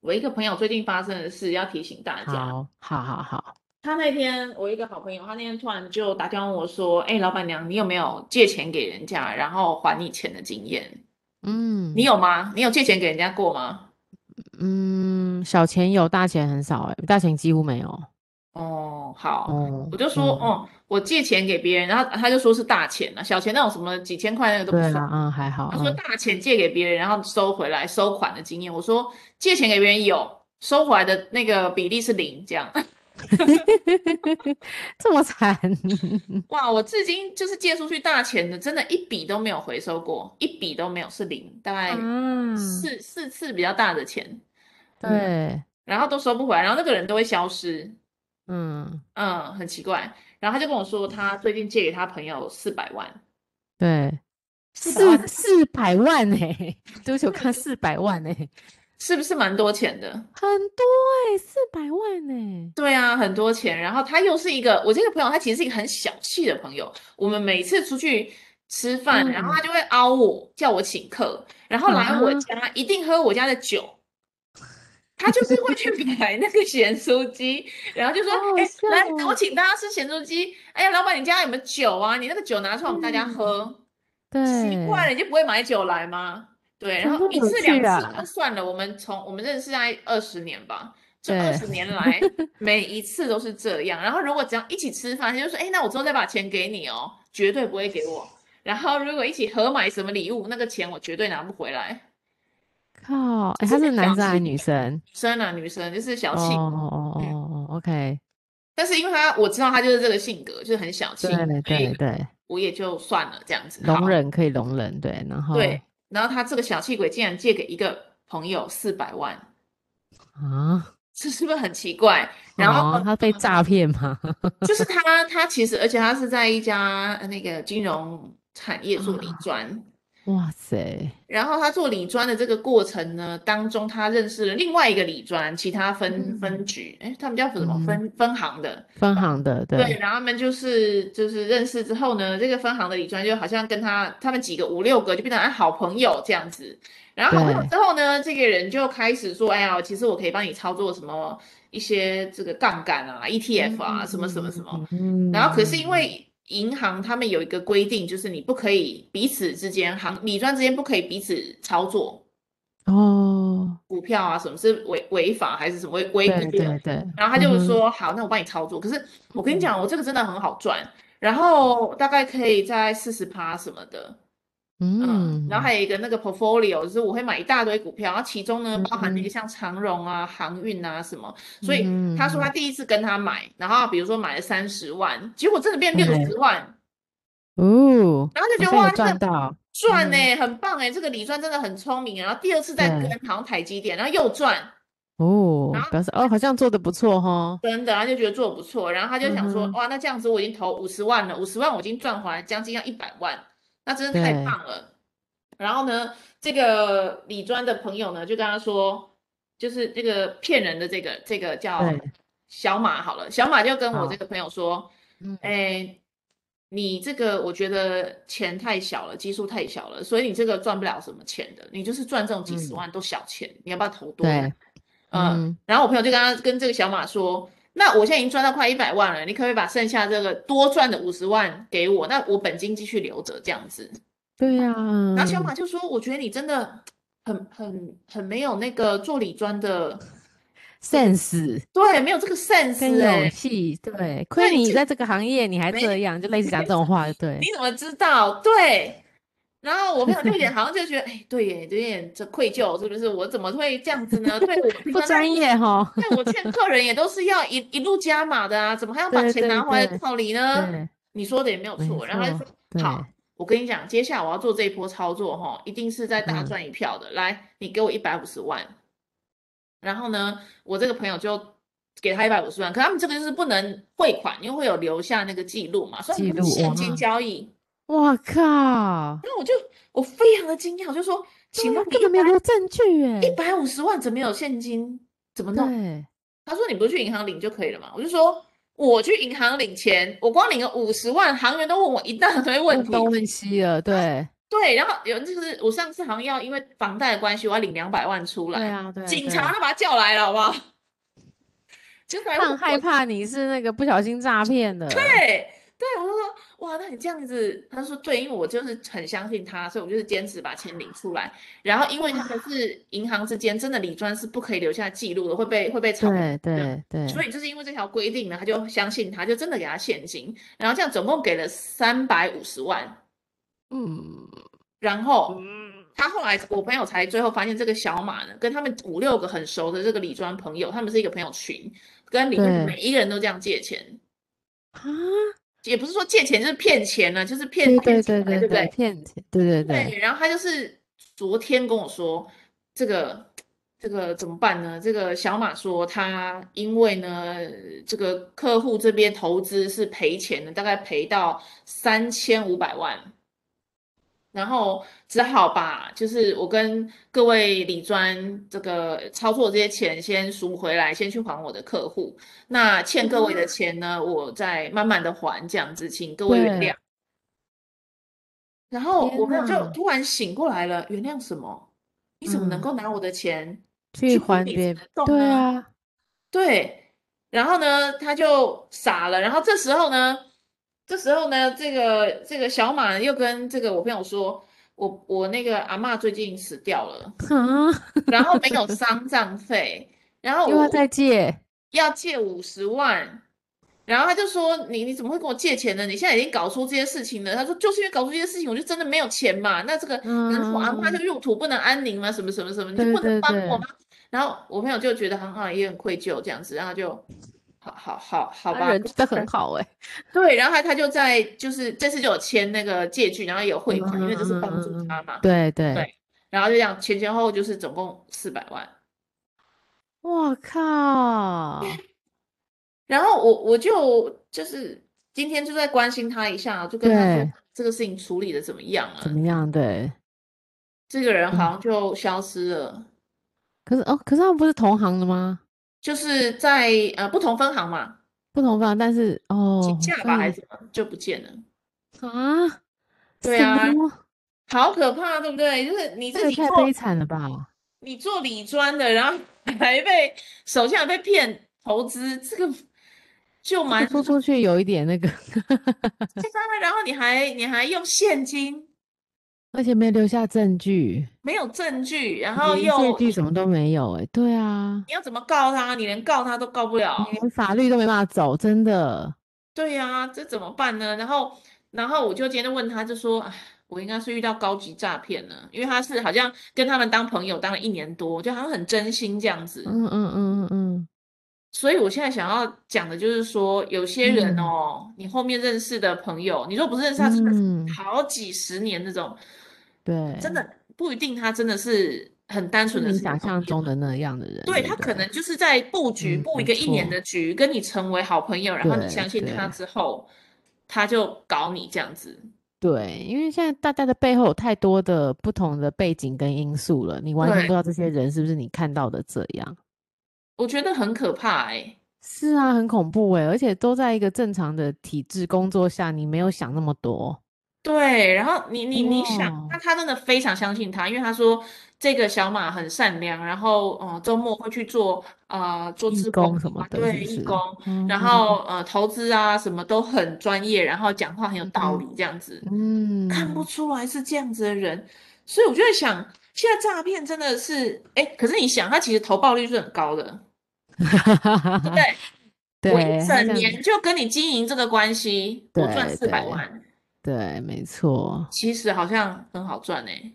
Speaker 2: 我一个朋友最近发生的事，要提醒大家。
Speaker 1: 好，好，好，好，
Speaker 2: 他那天，我一个好朋友，他那天突然就打电话问我说：“哎，老板娘，你有没有借钱给人家，然后还你钱的经验？
Speaker 1: 嗯，
Speaker 2: 你有吗？你有借钱给人家过吗
Speaker 1: 嗯，小钱有，大钱很少哎、大钱几乎没有。？”
Speaker 2: 哦，好，
Speaker 1: 哦，
Speaker 2: 我就说：“
Speaker 1: 嗯
Speaker 2: 哦，我借钱给别人，然后他就说是大钱啊，小钱那种什么几千块那个都不
Speaker 1: 对
Speaker 2: 算。
Speaker 1: 啊，嗯，还好，
Speaker 2: 他说
Speaker 1: 嗯
Speaker 2: 大钱借给别人，然后收回来收款的经验，我说借钱给别人有，收回来的那个比例是零，这
Speaker 1: 嗯
Speaker 2: 样。
Speaker 1: 这么惨，
Speaker 2: 哇，我至今就是借出去大钱的，真的一笔都没有回收过，一笔都没有，是零，大概
Speaker 1: 啊，
Speaker 2: 四、四次比较大的钱，嗯
Speaker 1: 对，
Speaker 2: 然后都收不回来，然后那个人都会消失，
Speaker 1: 嗯，
Speaker 2: 嗯，很奇怪。然后他就跟我说，他最近借给他朋友四百万，
Speaker 1: 对，
Speaker 2: 400万
Speaker 1: 四四百万哎、 对不起，我看四百万 哎、
Speaker 2: 是不是蛮多钱的？
Speaker 1: 很多哎、四百万哎、
Speaker 2: 对啊，很多钱。然后他又是一个，我这个朋友他其实是一个很小气的朋友。我们每次出去吃饭，然后他就会凹我，叫我请客，然后来我
Speaker 1: 嗯啊
Speaker 2: 家一定喝我家的酒。他就是 会去买那个咸酥鸡，然后就说
Speaker 1: 好：“好
Speaker 2: 哎、
Speaker 1: 笑
Speaker 2: 来，我
Speaker 1: 哦
Speaker 2: 请大家吃咸酥鸡。哎呀，老板，你家有没有酒啊？你那个酒拿出来我们大家
Speaker 1: 嗯
Speaker 2: 喝。奇
Speaker 1: 对，
Speaker 2: 怪了，你就不会买酒来吗？对，然
Speaker 1: 怎
Speaker 2: 后
Speaker 1: 么
Speaker 2: 一
Speaker 1: 有
Speaker 2: 次
Speaker 1: 趣
Speaker 2: 两
Speaker 1: 啊
Speaker 2: 次都算了。我们从我们认识大概二十年吧，这
Speaker 1: 对
Speaker 2: 二十年来每一次都是这样。然后如果只要一起吃饭，他就说：“哎，那我之后再把钱给你哦，绝对不会给我。”然后如果一起合买什么礼物，那个钱我绝对拿不回来。
Speaker 1: 靠，哎、
Speaker 2: 这
Speaker 1: 他
Speaker 2: 是
Speaker 1: 是
Speaker 2: 个
Speaker 1: 男
Speaker 2: 小
Speaker 1: 生还
Speaker 2: 气
Speaker 1: 是女生？
Speaker 2: 女生啊，女生就是小
Speaker 1: 哦
Speaker 2: 气，
Speaker 1: 哦哦哦哦，OK，
Speaker 2: 但是因为他我知道他就是这个性格，就是很小气，
Speaker 1: 对
Speaker 2: 所以
Speaker 1: 对对，
Speaker 2: 我也就算了这样子。好
Speaker 1: 容忍哦可以容忍，对，然后
Speaker 2: 对，然后他这个小气鬼竟然借给一个朋友四百万。
Speaker 1: 啊，
Speaker 2: 这是不是很奇怪？然后
Speaker 1: 哦他被诈骗嘛，
Speaker 2: 就是他，他其实，而且他是在一家呃那个金融产业做
Speaker 1: 哦
Speaker 2: 理专，
Speaker 1: 哇塞，
Speaker 2: 然后他做理专的这个过程呢，当中他认识了另外一个理专，其他分
Speaker 1: 嗯
Speaker 2: 分局，哎，他们叫什么
Speaker 1: 嗯
Speaker 2: 分分行的？
Speaker 1: 分行的，
Speaker 2: 对，，然后他们就是就是认识之后呢，这个分行的理专就好像跟他他们几个五六个就变成哎好朋友这样子。然后好朋友
Speaker 1: 对
Speaker 2: 之后呢，这个人就开始说：“哎呀，其实我可以帮你操作什么一些这个杠杆啊、ETF 啊，什么什么什么。”
Speaker 1: 嗯，
Speaker 2: 然后可是因为银行他们有一个规定，就是你不可以彼此之间行理专之间不可以彼此操作
Speaker 1: 哦，
Speaker 2: 股票啊，什么是违违法还是什么违违
Speaker 1: 对
Speaker 2: 规的
Speaker 1: 对？对，
Speaker 2: 然后他就
Speaker 1: 嗯哼
Speaker 2: 说：“好，那我帮你操作。”可是我跟你
Speaker 1: 嗯
Speaker 2: 讲，我这个真的很好赚，然后大概可以在四十趴什么的，嗯，
Speaker 1: 嗯，
Speaker 2: 然后还有一个那个 portfolio，就是我会买一大堆股票，然后其中呢包含那个
Speaker 1: 嗯
Speaker 2: 像长荣啊、航运啊什么，所以
Speaker 1: 嗯
Speaker 2: 他说他第一次跟他买，然后比如说买了三十万，结果真的变六十万，
Speaker 1: 哦，
Speaker 2: 然后
Speaker 1: 好
Speaker 2: 就觉得
Speaker 1: 像
Speaker 2: 哇，
Speaker 1: 有
Speaker 2: 这
Speaker 1: 赚
Speaker 2: 个
Speaker 1: 到，
Speaker 2: 赚
Speaker 1: 嗯
Speaker 2: 呢、很棒哎、这个李专真的很聪明。欸然后第二次再跟
Speaker 1: 对，
Speaker 2: 好像台积电，然后又赚，
Speaker 1: 哦
Speaker 2: 然后，
Speaker 1: 表示哦，好像做的不错哈，
Speaker 2: 真的，他就觉得做得不错，然后他就想说，
Speaker 1: 嗯哼
Speaker 2: 哇，那这样子我已经投五十万了，五十万我已经赚回来将近要一百万，那真的太
Speaker 1: 对
Speaker 2: 棒了。然后呢，这个李专的朋友呢就跟他说，就是这个骗人的这个这个叫
Speaker 1: 对，
Speaker 2: 小马好了，小马就跟我
Speaker 1: 好
Speaker 2: 这个朋友说，
Speaker 1: 嗯，
Speaker 2: 哎，你这个我觉得钱太小了，基数太小了，所以你这个赚不了什么钱的，你就是赚这种几十
Speaker 1: 嗯
Speaker 2: 万都小钱，你要不要投多一点？
Speaker 1: 对，
Speaker 2: 嗯，
Speaker 1: 嗯，
Speaker 2: 然后我朋友就跟他跟这个小马说，那我现在已经赚到快一百万了，你可不可以把剩下这个多赚的五十万给我？那我本金继续留着这样子。
Speaker 1: 对啊呀、
Speaker 2: 然后小马就说：“我觉得你真的很很很没有那个做理专的，
Speaker 1: sense
Speaker 2: 对，没有这个 sense
Speaker 1: 跟
Speaker 2: 哎、
Speaker 1: 勇气，对，亏
Speaker 2: 你
Speaker 1: 你
Speaker 2: 这
Speaker 1: 在这个行业你还
Speaker 2: 没
Speaker 1: 这样，就类似讲这种 话，对
Speaker 2: 你，怎么知道？对。”然后我朋友就有点 好像就觉得，哎，对耶，有点这愧疚，是不是？我怎么会这样子呢？对我平
Speaker 1: 不
Speaker 2: 常在
Speaker 1: 专业哈，
Speaker 2: 对我劝客人也都是要一一路加码的啊，怎么还要把
Speaker 1: 对
Speaker 2: 钱
Speaker 1: 对
Speaker 2: 拿回来的
Speaker 1: 对
Speaker 2: 道理呢？
Speaker 1: 对，
Speaker 2: 你说的也没有
Speaker 1: 没
Speaker 2: 错。然后他就
Speaker 1: 错
Speaker 2: 说，
Speaker 1: 对，
Speaker 2: 嗯好我跟你讲，接下来我要做这一波操作，哈，一定是在大
Speaker 1: 嗯
Speaker 2: 赚一票的。来，你给我一百五十万。然后呢，我这个朋友就给他一百五十万，可他们这个就是不能汇款，因为会有留下那个记录嘛，所以
Speaker 1: 记
Speaker 2: 不是
Speaker 1: 录
Speaker 2: 现
Speaker 1: 哇
Speaker 2: 金交易。
Speaker 1: 我靠，
Speaker 2: 那我就我非常的惊讶，我就说，请
Speaker 1: 对啊
Speaker 2: 问
Speaker 1: 根本没有留证据哎
Speaker 2: 一，百五十万怎么有现金？怎么弄？
Speaker 1: 对，
Speaker 2: 他说你不是去银行领就可以了嘛？我就说我去银行领钱，我光领个五十万，行员都问我一大堆问题。
Speaker 1: 东问西了，对，
Speaker 2: 对，然后有就是我上次好像要因为房贷的关系，我要领两百万出
Speaker 1: 对
Speaker 2: 来，
Speaker 1: 啊，对，对
Speaker 2: 警察都把他叫来了，好不好？警察
Speaker 1: 他很害。怕你是那个不小心诈骗的，
Speaker 2: 对对，我就说哇，那你这样子，他说对，因为我就是很相信他，所以我就是坚持把钱领出来。然后因为他们是银行之间，真的理专是不可以留下记录的，会被会被查明
Speaker 1: 对
Speaker 2: 样
Speaker 1: 对对，
Speaker 2: 所以就是因为这条规定呢，他就相信他，就真的给他现金，然后这样总共给了三百五十万。
Speaker 1: 嗯
Speaker 2: 然后
Speaker 1: 嗯，
Speaker 2: 他后来，我朋友才最后发现，这个小马呢，跟他们五六个很熟的这个理专朋友，他们是一个朋友群，跟里面
Speaker 1: 对
Speaker 2: 每一个人都这样借钱，
Speaker 1: 啊，
Speaker 2: 也不是说借钱就是骗钱呢、就是骗
Speaker 1: 对对
Speaker 2: 骗钱
Speaker 1: 对
Speaker 2: 嘛对
Speaker 1: 对
Speaker 2: 不对？
Speaker 1: 骗钱，对对对，
Speaker 2: 对，然后他就是昨天跟我说，这个这个怎么办呢？这个小马说他因为呢，这个客户这边投资是赔钱的，大概赔到三千五百万，然后只好把就是我跟各位理专这个操作这些钱先赎回来，先去还我的客户。那欠各位
Speaker 1: 哦
Speaker 2: 的钱呢，我再慢慢的还，这样子，请各位原
Speaker 1: 对
Speaker 2: 谅。然后
Speaker 1: 天
Speaker 2: 我朋友就
Speaker 1: 呐
Speaker 2: 突然醒过来了，原谅什么？你怎么能够
Speaker 1: 嗯
Speaker 2: 拿我的钱？
Speaker 1: 去
Speaker 2: 去
Speaker 1: 还
Speaker 2: 理
Speaker 1: 别，
Speaker 2: 财动
Speaker 1: 对
Speaker 2: 啊
Speaker 1: 啊，
Speaker 2: 对，然后呢，他就傻了。然后这时候呢，这时候呢，这个这个小马又跟这个我朋友说，我我那个阿嬷最近死掉了，
Speaker 1: 啊，
Speaker 2: 然后没有丧葬费，然后
Speaker 1: 又要
Speaker 2: 我
Speaker 1: 再借，
Speaker 2: 要借五十万。然后他就说：“你你怎么会跟我借钱呢？你现在已经搞出这些事情了。”他说：“就是因为搞出这些事情，我就真的没有钱嘛。那这个，然后我阿妈就入土不能安宁嘛，什么什么什么，你
Speaker 1: 嗯
Speaker 2: 就
Speaker 1: 对
Speaker 2: 不
Speaker 1: 对
Speaker 2: 能帮我
Speaker 1: 对
Speaker 2: 吗？”然后我朋友就觉得很好，也很愧疚这样子，然后就好好好
Speaker 1: 他
Speaker 2: 好吧，
Speaker 1: 啊人真的很好哎，
Speaker 2: 对。然后他他就在就是这次就有签那个借据，然后也有汇款，因为这是帮助
Speaker 1: 嗯嗯嗯嗯
Speaker 2: 他嘛。
Speaker 1: 对对，
Speaker 2: 对然后就这样前前后后就是总共四百万。
Speaker 1: 我靠，
Speaker 2: 嗯然后我我就就是今天就在关心他一下，就跟他说
Speaker 1: 对
Speaker 2: 这个事情处理的怎么样了
Speaker 1: 怎。么样？对，
Speaker 2: 这个人
Speaker 1: 嗯
Speaker 2: 好像就消失了，
Speaker 1: 可是哦，可是他们不是同行的吗？
Speaker 2: 就是在呃不同分行嘛，
Speaker 1: 不同方，但是哦
Speaker 2: 请，假
Speaker 1: 所
Speaker 2: 吧还
Speaker 1: 以
Speaker 2: 是什么就不见了，
Speaker 1: 啊，
Speaker 2: 对
Speaker 1: 什
Speaker 2: 啊
Speaker 1: 么
Speaker 2: 好可怕，对不对？就是你
Speaker 1: 这
Speaker 2: 自
Speaker 1: 也
Speaker 2: 己
Speaker 1: 太
Speaker 2: 做
Speaker 1: 悲惨了吧？
Speaker 2: 你做理专的，然后还被手下被骗投资，这个就
Speaker 1: 这个
Speaker 2: 蛮
Speaker 1: 说出去有一点那个，
Speaker 2: 这当然，然后你还你还用现金，
Speaker 1: 而且没留下证据，
Speaker 2: 没有证据，然后
Speaker 1: 连
Speaker 2: 又
Speaker 1: 借据什么都没有哎，对啊，
Speaker 2: 你要怎么告他？你连告他都告不了。
Speaker 1: 连法律都没办法走，真的。
Speaker 2: 对呀、这怎么办呢？然后，然后我就今天就问他，就说，哎，我应该是遇到高级诈骗了，因为他是好像跟他们当朋友当了一年多，就好像很真心这样子。
Speaker 1: 嗯嗯嗯嗯嗯，
Speaker 2: 所以我现在想要讲的就是说，有些人
Speaker 1: 嗯
Speaker 2: 哦，你后面认识的朋友，你若不认识他，真的是
Speaker 1: 嗯
Speaker 2: 好几十年那种，
Speaker 1: 对，
Speaker 2: 真的不一定他真的是很单
Speaker 1: 是
Speaker 2: 纯的
Speaker 1: 你
Speaker 2: 是你
Speaker 1: 想
Speaker 2: 朋
Speaker 1: 象
Speaker 2: 友
Speaker 1: 中的那样的人，
Speaker 2: 对，他
Speaker 1: 不
Speaker 2: 可能就是在布局
Speaker 1: 嗯
Speaker 2: 布
Speaker 1: 没
Speaker 2: 一个一年
Speaker 1: 错
Speaker 2: 的局，跟你成为好朋友，然后你
Speaker 1: 对
Speaker 2: 相信他
Speaker 1: 对
Speaker 2: 之后，他就搞你这样子。
Speaker 1: 对，因为现在大家的背后有太多的不同的背景跟因素了，你完全
Speaker 2: 对
Speaker 1: 不知道这些人是不是你看到的这样。
Speaker 2: 我觉得很可怕哎、
Speaker 1: 是啊，很恐怖诶、而且都在一个正常的体制工作下，你没有想那么多。
Speaker 2: 对，然后你你你想，
Speaker 1: 哇，
Speaker 2: 那他真的非常相信他，因为他说这个小马很善良，然后呃周末会去做呃做
Speaker 1: 义
Speaker 2: 志工
Speaker 1: 工什么
Speaker 2: 啊，
Speaker 1: 的，是
Speaker 2: 对
Speaker 1: 不
Speaker 2: 义
Speaker 1: 是？
Speaker 2: 工，
Speaker 1: 嗯
Speaker 2: 然后呃投资啊什么都很专业，然后讲话很有道
Speaker 1: 嗯
Speaker 2: 理这样子，看不
Speaker 1: 嗯，
Speaker 2: 出来是这样子的人，所以我就在想，现在诈骗真的是，哎，可是你想，他其实投报率是很 高的，对不对？我一
Speaker 1: 对，他这
Speaker 2: 整
Speaker 1: 样，
Speaker 2: 年就跟你经营这个关系，我赚
Speaker 1: 对
Speaker 2: 四百
Speaker 1: 对
Speaker 2: 万，
Speaker 1: 对，没错，
Speaker 2: 其实好像很好赚哎。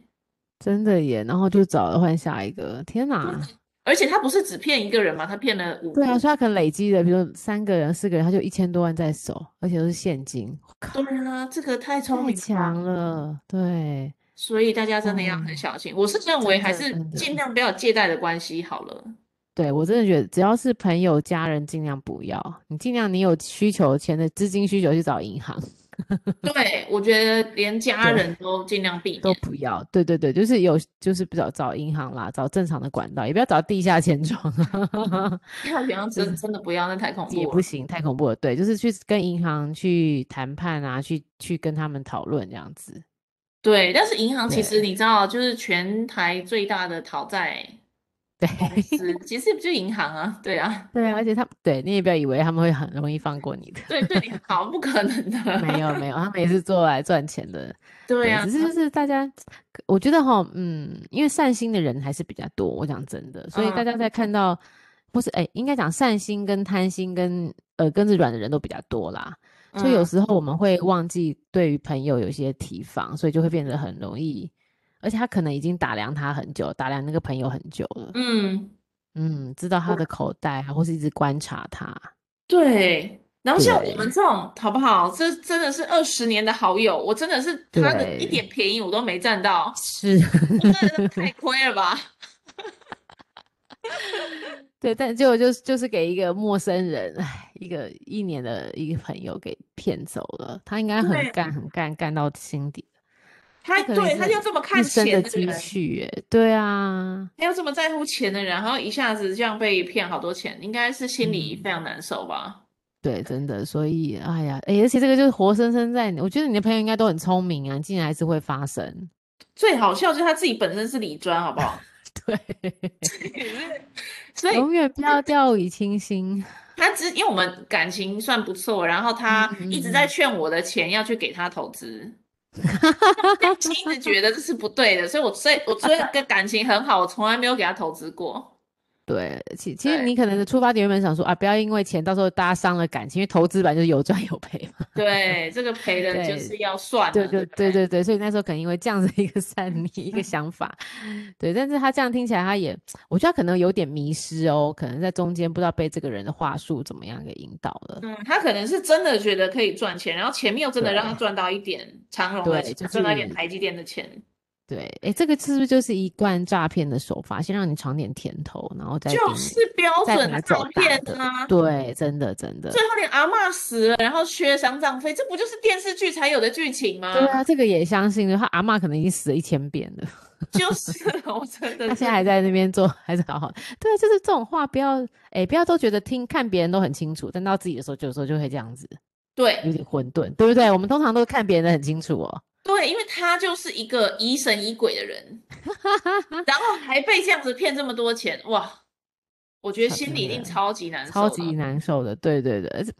Speaker 1: 真的耶。然后就找了换下一个，天
Speaker 2: 嗯
Speaker 1: 哪！
Speaker 2: 而且他不是只骗一个人嘛，他骗了五
Speaker 1: 对啊，
Speaker 2: 五，
Speaker 1: 所以他可能累积的，比如三个人、四个人，他就一千多万在手，而且都是现金。我
Speaker 2: 对
Speaker 1: 靠，
Speaker 2: 啊，这个太聪
Speaker 1: 太
Speaker 2: 明了吧！
Speaker 1: 强了，对，
Speaker 2: 所以大家真的要很
Speaker 1: 哦，
Speaker 2: 小心。我是认为
Speaker 1: 真
Speaker 2: 还
Speaker 1: 的
Speaker 2: 是
Speaker 1: 真的，
Speaker 2: 尽量不要借贷的关系好了。
Speaker 1: 对我真的觉得，只要是朋友、家人，尽量不要。你尽量你有需求钱的资金需求去找银
Speaker 2: 嗯
Speaker 1: 行，
Speaker 2: 对，我觉得连家
Speaker 1: 对，
Speaker 2: 人都尽量避
Speaker 1: 都
Speaker 2: 免。
Speaker 1: 不要。对对对，就是有就是不找找银行啦，找正常的管道，也不要找地下钱庄，
Speaker 2: 要不要
Speaker 1: 就
Speaker 2: 真
Speaker 1: 是。
Speaker 2: 真的不要，那太恐
Speaker 1: 嗯也
Speaker 2: 怖
Speaker 1: 不
Speaker 2: 了。
Speaker 1: 行，太恐怖了。对，就是去跟银行去谈判啊，去去跟他们讨论这样子。
Speaker 2: 对，但是银行其实
Speaker 1: 对
Speaker 2: 你知道，就是全台最大的讨 债
Speaker 1: 对，
Speaker 2: 公司，其实就是银行啊。对啊，
Speaker 1: 对啊，而且他对你也不要以为他们会很容易放过你的，
Speaker 2: 对，对你很好，不可能
Speaker 1: 没有
Speaker 2: 的。
Speaker 1: 没有，他们也是做来赚钱的，
Speaker 2: 对
Speaker 1: 对，
Speaker 2: 啊，
Speaker 1: 只是就是大家，我觉得哈，嗯，因为善心的人还是比较多，我讲真的，所以大
Speaker 2: 嗯，
Speaker 1: 家在看到不是哎，应该讲善心跟贪心跟耳根子软的人都比较多啦，所以有
Speaker 2: 嗯，
Speaker 1: 时候我们会忘记对于朋友有一些提防，所以就会变得很容易，而且他可能已经打量他很久，打量那个朋友很久了，
Speaker 2: 嗯。
Speaker 1: 嗯，知道他的
Speaker 2: 我
Speaker 1: 口袋啊，或是一直观察他，
Speaker 2: 对，然后像我们
Speaker 1: 对。
Speaker 2: 这种好不好？这真的是二十年的好友，我真的是他的一
Speaker 1: 对，
Speaker 2: 点便宜我都没占 到，
Speaker 1: 是，
Speaker 2: 我真的太亏了吧？
Speaker 1: 对，但结果就是就是给一个陌生人，唉，一个一年的一个朋友给骗走了，他应该很
Speaker 2: 对，
Speaker 1: 干很干，干到心底了，
Speaker 2: 他
Speaker 1: 他可能也
Speaker 2: 对他
Speaker 1: 是
Speaker 2: 就这么
Speaker 1: 一
Speaker 2: 看
Speaker 1: 生的
Speaker 2: 钱的
Speaker 1: 积
Speaker 2: 人，
Speaker 1: 蓄耶，对啊，
Speaker 2: 他又这么在乎钱的人，然后一下子这样被骗好多钱，应该是心里
Speaker 1: 嗯，
Speaker 2: 非常难受吧？
Speaker 1: 对，真的，所以哎呀，哎，而且这个就是活生生在你，我觉得你的朋友应该都很聪明啊，竟然还是会发生，
Speaker 2: 最好笑就是他自己本身是理专，好不 好？
Speaker 1: 对，
Speaker 2: 所以
Speaker 1: 永远不要掉以轻心，
Speaker 2: 他只因为我们感情算不错，然后
Speaker 1: 嗯
Speaker 2: 他一直在
Speaker 1: 嗯
Speaker 2: 劝我的钱要去给他投 资。内心一直
Speaker 1: 嗯，
Speaker 2: 觉得这是不对的，所以我所以我虽然跟感情很好，我从来没有给他投资过。
Speaker 1: 对，其其实
Speaker 2: 对
Speaker 1: 你可能的出发点原本想说啊，不要因为钱，到时候大家伤了感情，因为投资本来就是有赚有赔嘛。
Speaker 2: 对，这个赔了就
Speaker 1: 对，
Speaker 2: 是要算
Speaker 1: 对
Speaker 2: 了，对
Speaker 1: 对
Speaker 2: 不
Speaker 1: 对
Speaker 2: 对？
Speaker 1: 对对，所以那时候可能因为这样子一个善念一个
Speaker 2: 嗯
Speaker 1: 想法，对，但是他这样听起来，他也我觉得他可能有点迷失哦，可能在中间不知道被这个人的话术怎么样给引导了。
Speaker 2: 嗯，他可能是真的觉得可以赚钱，然后前面又真的让他
Speaker 1: 对
Speaker 2: 赚到一点长荣的
Speaker 1: 对，
Speaker 2: 钱，
Speaker 1: 就
Speaker 2: 赚到一点
Speaker 1: 是
Speaker 2: 台积电的钱，
Speaker 1: 对，哎，这个是不是就是一贯诈骗的手法？先让你尝点甜头，然后再
Speaker 2: 就
Speaker 1: 给
Speaker 2: 是
Speaker 1: 你
Speaker 2: 标
Speaker 1: 再
Speaker 2: 准
Speaker 1: 把
Speaker 2: 的
Speaker 1: 它
Speaker 2: 诈
Speaker 1: 走大
Speaker 2: 骗
Speaker 1: 的。
Speaker 2: 啊！
Speaker 1: 对，真的真的。
Speaker 2: 最后连阿嬷死了，然后削丧葬费，这不就是电视剧才有的剧
Speaker 1: 对
Speaker 2: 情吗？
Speaker 1: 啊，这个也相信，他阿嬷可能已经死了一千遍了。
Speaker 2: 就是 我真 的
Speaker 1: 他现在
Speaker 2: 是。
Speaker 1: 还在那边做，还是好好。对啊，就是这种话不要，哎，不要都觉得听看别人都很清楚，但到自己的时候，有时候就会这样子，有
Speaker 2: 对，
Speaker 1: 点混沌，对不对？我们通常都看别人的很清楚哦，
Speaker 2: 对，因为他就是一个疑神疑鬼 的人，然后还被这样子骗这么多钱，哇！我觉得
Speaker 1: 超
Speaker 2: 心
Speaker 1: 真
Speaker 2: 里一定
Speaker 1: 的
Speaker 2: 超级难
Speaker 1: 超
Speaker 2: 受
Speaker 1: 级
Speaker 2: 吧。
Speaker 1: 难受的。对对对，而且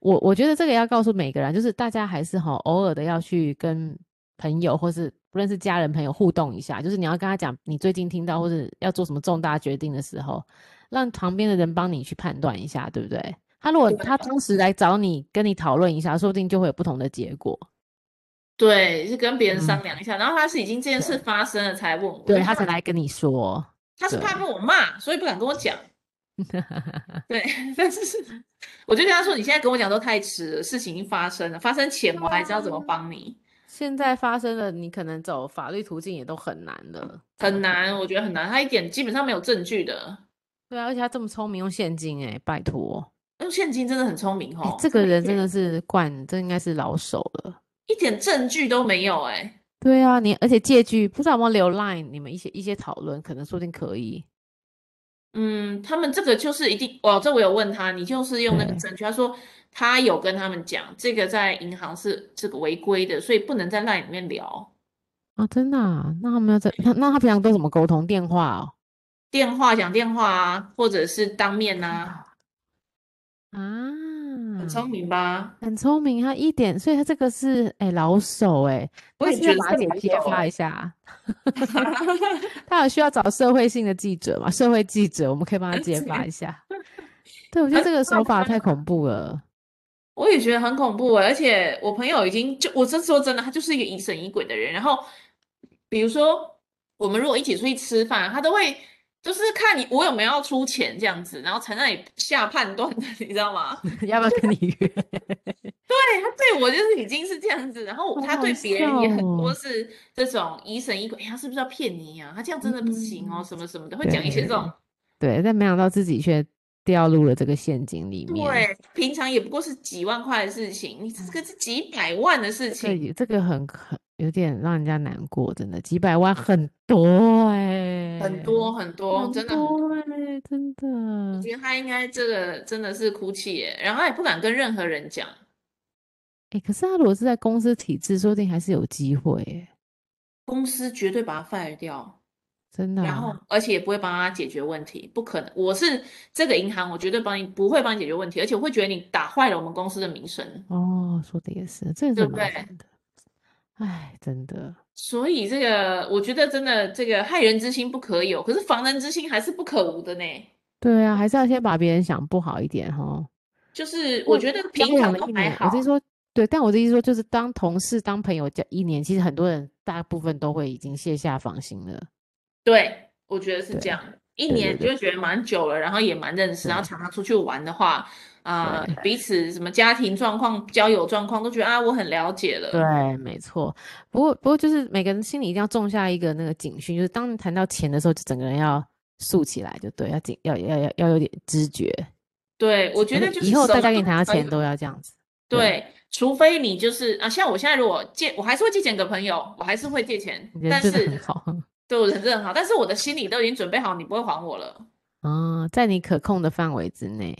Speaker 1: 我我觉得这个要告诉每个人，就是大家还是哈、偶尔的要去跟朋友或是不论是家人朋友互动一下，就是你要跟他讲你最近听到或是要做什么重大决定的时候，让旁边的人帮你去判断一下，对不对？啊他如果他当时来找你跟你讨论一下，说不定就会有不同的结果。
Speaker 2: 对，是跟别人商
Speaker 1: 嗯，
Speaker 2: 量一下，然后他是已经这件事
Speaker 1: 对，
Speaker 2: 发生了才问我，因
Speaker 1: 对啊
Speaker 2: 为
Speaker 1: 他
Speaker 2: 他
Speaker 1: 才来跟你说，
Speaker 2: 他是
Speaker 1: 对，
Speaker 2: 怕被我骂，所以不敢跟我 讲。对，但是我就跟他说，你现在跟我讲都太迟了，事情已经发生了，发生前
Speaker 1: 对
Speaker 2: 我还知道怎么
Speaker 1: 啊，
Speaker 2: 帮你，
Speaker 1: 现在发生了，你可能走法律途径也都很难了，
Speaker 2: 很
Speaker 1: 真的。
Speaker 2: 难，我觉得很难，他一点基本上没有证据的，
Speaker 1: 对啊，而且他这么聪明，用现金哎、拜托，
Speaker 2: 用现金真的很聪明
Speaker 1: 哎、
Speaker 2: 哦，
Speaker 1: 这
Speaker 2: 他
Speaker 1: 个
Speaker 2: 们一
Speaker 1: 人真
Speaker 2: 点
Speaker 1: 的是惯，这应该是老手了。
Speaker 2: 一点证据都没有哎。
Speaker 1: 对啊，你而且借据不知道有没有留 line，你们一些一些讨论，可能说不定可以。
Speaker 2: 嗯，他们这个就是一定，哦，这我有问他，你就是用那个
Speaker 1: 对
Speaker 2: 证据，他说他有跟他们讲，这个在银行是这个违规的，所以不能在 LINE 里面聊，
Speaker 1: 啊，真的啊？那他们要在那那他平常都怎么沟通？电话哦？
Speaker 2: 电话讲电话啊，或者是当面呐、
Speaker 1: 啊，
Speaker 2: 很聪明吧？
Speaker 1: 很聪明，他一点，所以他这个是哎、老手哎、
Speaker 2: 我
Speaker 1: 他
Speaker 2: 也
Speaker 1: 是
Speaker 2: 觉
Speaker 1: 要
Speaker 2: 得
Speaker 1: 把
Speaker 2: 是
Speaker 1: 姐
Speaker 2: 老
Speaker 1: 揭
Speaker 2: 手
Speaker 1: 发
Speaker 2: 欸
Speaker 1: 一下啊， 他有需要找社会性的记者嘛？社会记者，我们可以帮他
Speaker 2: 而
Speaker 1: 揭
Speaker 2: 且
Speaker 1: 发一 下。对，我觉得
Speaker 2: 而
Speaker 1: 这个
Speaker 2: 且他
Speaker 1: 手法
Speaker 2: 们
Speaker 1: 太恐怖了。
Speaker 2: 我也觉得很恐怖欸，而且我朋友已经就我真说真的，他就是一个疑神疑鬼的人。然后，比如说我们如果一起出去吃饭，他都会就是看你我有没有要出钱这样子，然后才那里下判断的，你知道吗？
Speaker 1: 要不要跟你约？
Speaker 2: 对，他对我就是已经是这样子，然后
Speaker 1: 好
Speaker 2: 他
Speaker 1: 好
Speaker 2: 对别人也很
Speaker 1: 笑
Speaker 2: 多
Speaker 1: 哦
Speaker 2: 是这种疑神疑鬼，哎他是不是要骗你呀、他这样真的不行哦，
Speaker 1: 嗯，
Speaker 2: 什么什么的，会讲一些这种。
Speaker 1: 对对，但没想到自己却掉入了这个陷阱里面。
Speaker 2: 对，平常也不过是几万块的事情，你这
Speaker 1: 嗯
Speaker 2: 个是几百万的事
Speaker 1: 这个
Speaker 2: 情。
Speaker 1: 也这个很很有点让人家难过，真的几百万很多哎、
Speaker 2: 很多很多，
Speaker 1: 很
Speaker 2: 真的很多。
Speaker 1: 多哎、真
Speaker 2: 我
Speaker 1: 的
Speaker 2: 觉得他应该这个真的是哭泣耶，然后他也不敢跟任何人讲。
Speaker 1: 哎、可是他如果是在公司体制，说不定还是有机会哎、
Speaker 2: 公司绝对把他 fire 掉，
Speaker 1: 真的
Speaker 2: 然后
Speaker 1: 啊，
Speaker 2: 而且也不会帮他解决问题，不可能。我是这个银行，我绝对帮你不会帮你解决问题，而且我会觉得你打坏了我们公司的名声，
Speaker 1: 哦，说的也是，这个
Speaker 2: 对
Speaker 1: 是麻
Speaker 2: 不对？
Speaker 1: 烦的，哎，真的，
Speaker 2: 所以这个我觉得真的这个害人之心不可有，可是防人之心还是不可无的呢。
Speaker 1: 对啊，还是要先把别人想不好一点哦。
Speaker 2: 就是我
Speaker 1: 我
Speaker 2: 觉得
Speaker 1: 交
Speaker 2: 平
Speaker 1: 往
Speaker 2: 常
Speaker 1: 了
Speaker 2: 都
Speaker 1: 一
Speaker 2: 还
Speaker 1: 年，我是
Speaker 2: 好，
Speaker 1: 说，对，但我的意思说，就是当同事、当朋友交一年，其实很多人大部分都会已经卸下防心了。
Speaker 2: 对，我觉得是
Speaker 1: 对，
Speaker 2: 这样。一
Speaker 1: 对对
Speaker 2: 年就
Speaker 1: 对
Speaker 2: 会觉得蛮久了，然后也蛮认识，然后
Speaker 1: 对
Speaker 2: 常常出去玩的话，啊、
Speaker 1: 对
Speaker 2: 彼此什么家庭状况、交友状况都觉得啊，我很了解了。
Speaker 1: 对，没错。不过，不过就是每个人心里一定要种下一个那个警讯，就是当你谈到钱的时候，就整个人要竖起来，就对，要警，要要要要有点知觉。
Speaker 2: 对，我觉
Speaker 1: 而
Speaker 2: 得
Speaker 1: 且
Speaker 2: 就是
Speaker 1: 以后
Speaker 2: 什
Speaker 1: 大
Speaker 2: 么
Speaker 1: 家跟
Speaker 2: 都
Speaker 1: 你谈到
Speaker 2: 可以
Speaker 1: 钱，都要这样子。对，
Speaker 2: 对，除非你就是啊，像我现在如果借，我还是会借钱给朋友，我还是会借钱，
Speaker 1: 你人
Speaker 2: 但
Speaker 1: 真的很
Speaker 2: 是
Speaker 1: 好
Speaker 2: 对我人真的很好，但是我的心里都已经准备好，你不会还我了。
Speaker 1: 啊，在你可控的范围之内。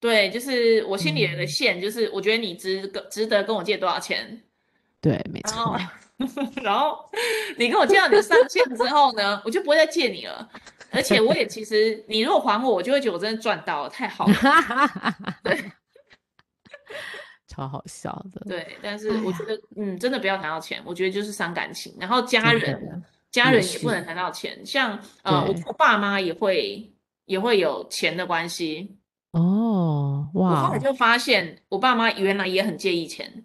Speaker 2: 对，就是我心里有一个
Speaker 1: 嗯，
Speaker 2: 线，就是我觉得你值得值得跟我借多少钱。
Speaker 1: 对，没
Speaker 2: 然后，
Speaker 1: 错。
Speaker 2: 然后你跟我借到你的上限之后呢， 我就不会再借你了。而且我也其实，你如果还我，我就会觉得我真的赚到了，太 好了。对
Speaker 1: 超好笑的。
Speaker 2: 对，但是
Speaker 1: 哎
Speaker 2: 我觉
Speaker 1: 呀，
Speaker 2: 得，嗯，真的不要谈到钱，我觉得就是伤感情。然后家
Speaker 1: 真的
Speaker 2: 人，啊家
Speaker 1: 也
Speaker 2: 人也不能
Speaker 1: 是，
Speaker 2: 谈到钱，像呃，我
Speaker 1: 对，
Speaker 2: 我爸妈也会也会有钱的关系。
Speaker 1: 哦，
Speaker 2: 我
Speaker 1: 哇
Speaker 2: 后来
Speaker 1: 哦，
Speaker 2: 就发现，我爸妈原来也很介意钱。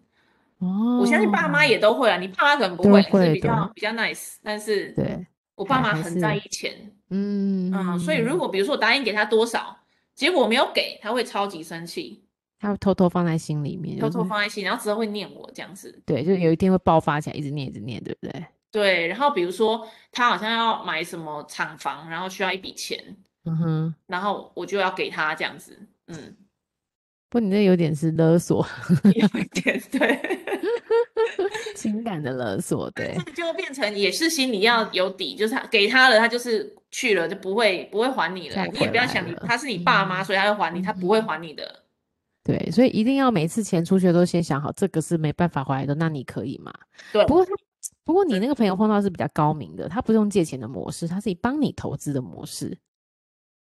Speaker 2: 我相信
Speaker 1: 哦，
Speaker 2: 爸妈也都会啊，你爸妈可能不
Speaker 1: 都
Speaker 2: 会，是
Speaker 1: 会
Speaker 2: 比较
Speaker 1: 的，
Speaker 2: 比较 nice，但是
Speaker 1: 对，
Speaker 2: 我爸
Speaker 1: 还
Speaker 2: 妈
Speaker 1: 还
Speaker 2: 很在
Speaker 1: 是，
Speaker 2: 意钱。嗯，所以如
Speaker 1: 嗯，
Speaker 2: 果比如说我答应给他多少，结果我没有给，他会超级生气，
Speaker 1: 他会偷偷放在心里面，
Speaker 2: 偷
Speaker 1: 就
Speaker 2: 偷
Speaker 1: 是
Speaker 2: 放在心，然后之后会念我这样子。
Speaker 1: 对，就有一天会爆发起来，一直念，一直念，对不对？
Speaker 2: 对，然后比如说他好像要买什么厂房，然后需要一笔钱，
Speaker 1: 嗯哼，
Speaker 2: 然后我就要给他这样子。嗯，
Speaker 1: 不，你这有点是勒索，
Speaker 2: 有一点对，
Speaker 1: 情感的勒索， 对，
Speaker 2: 这个就变成也是心里要有底，就是他给他了，他就是去了，就不会不会还你了。
Speaker 1: 再
Speaker 2: 你也
Speaker 1: 回
Speaker 2: 不要
Speaker 1: 来
Speaker 2: 想你
Speaker 1: 了，
Speaker 2: 他是你爸妈，
Speaker 1: 嗯
Speaker 2: 所以他会还你，他
Speaker 1: 嗯
Speaker 2: 不会
Speaker 1: 哼，
Speaker 2: 还你的。
Speaker 1: 对，所以一定要每次钱出去都先想好，这个是没办法回来的，那你可以吗？
Speaker 2: 对，
Speaker 1: 不过他，不过你
Speaker 2: 真
Speaker 1: 那个朋友碰到是比较高明的，他不是用借钱的模式，他是以帮你投资的模式。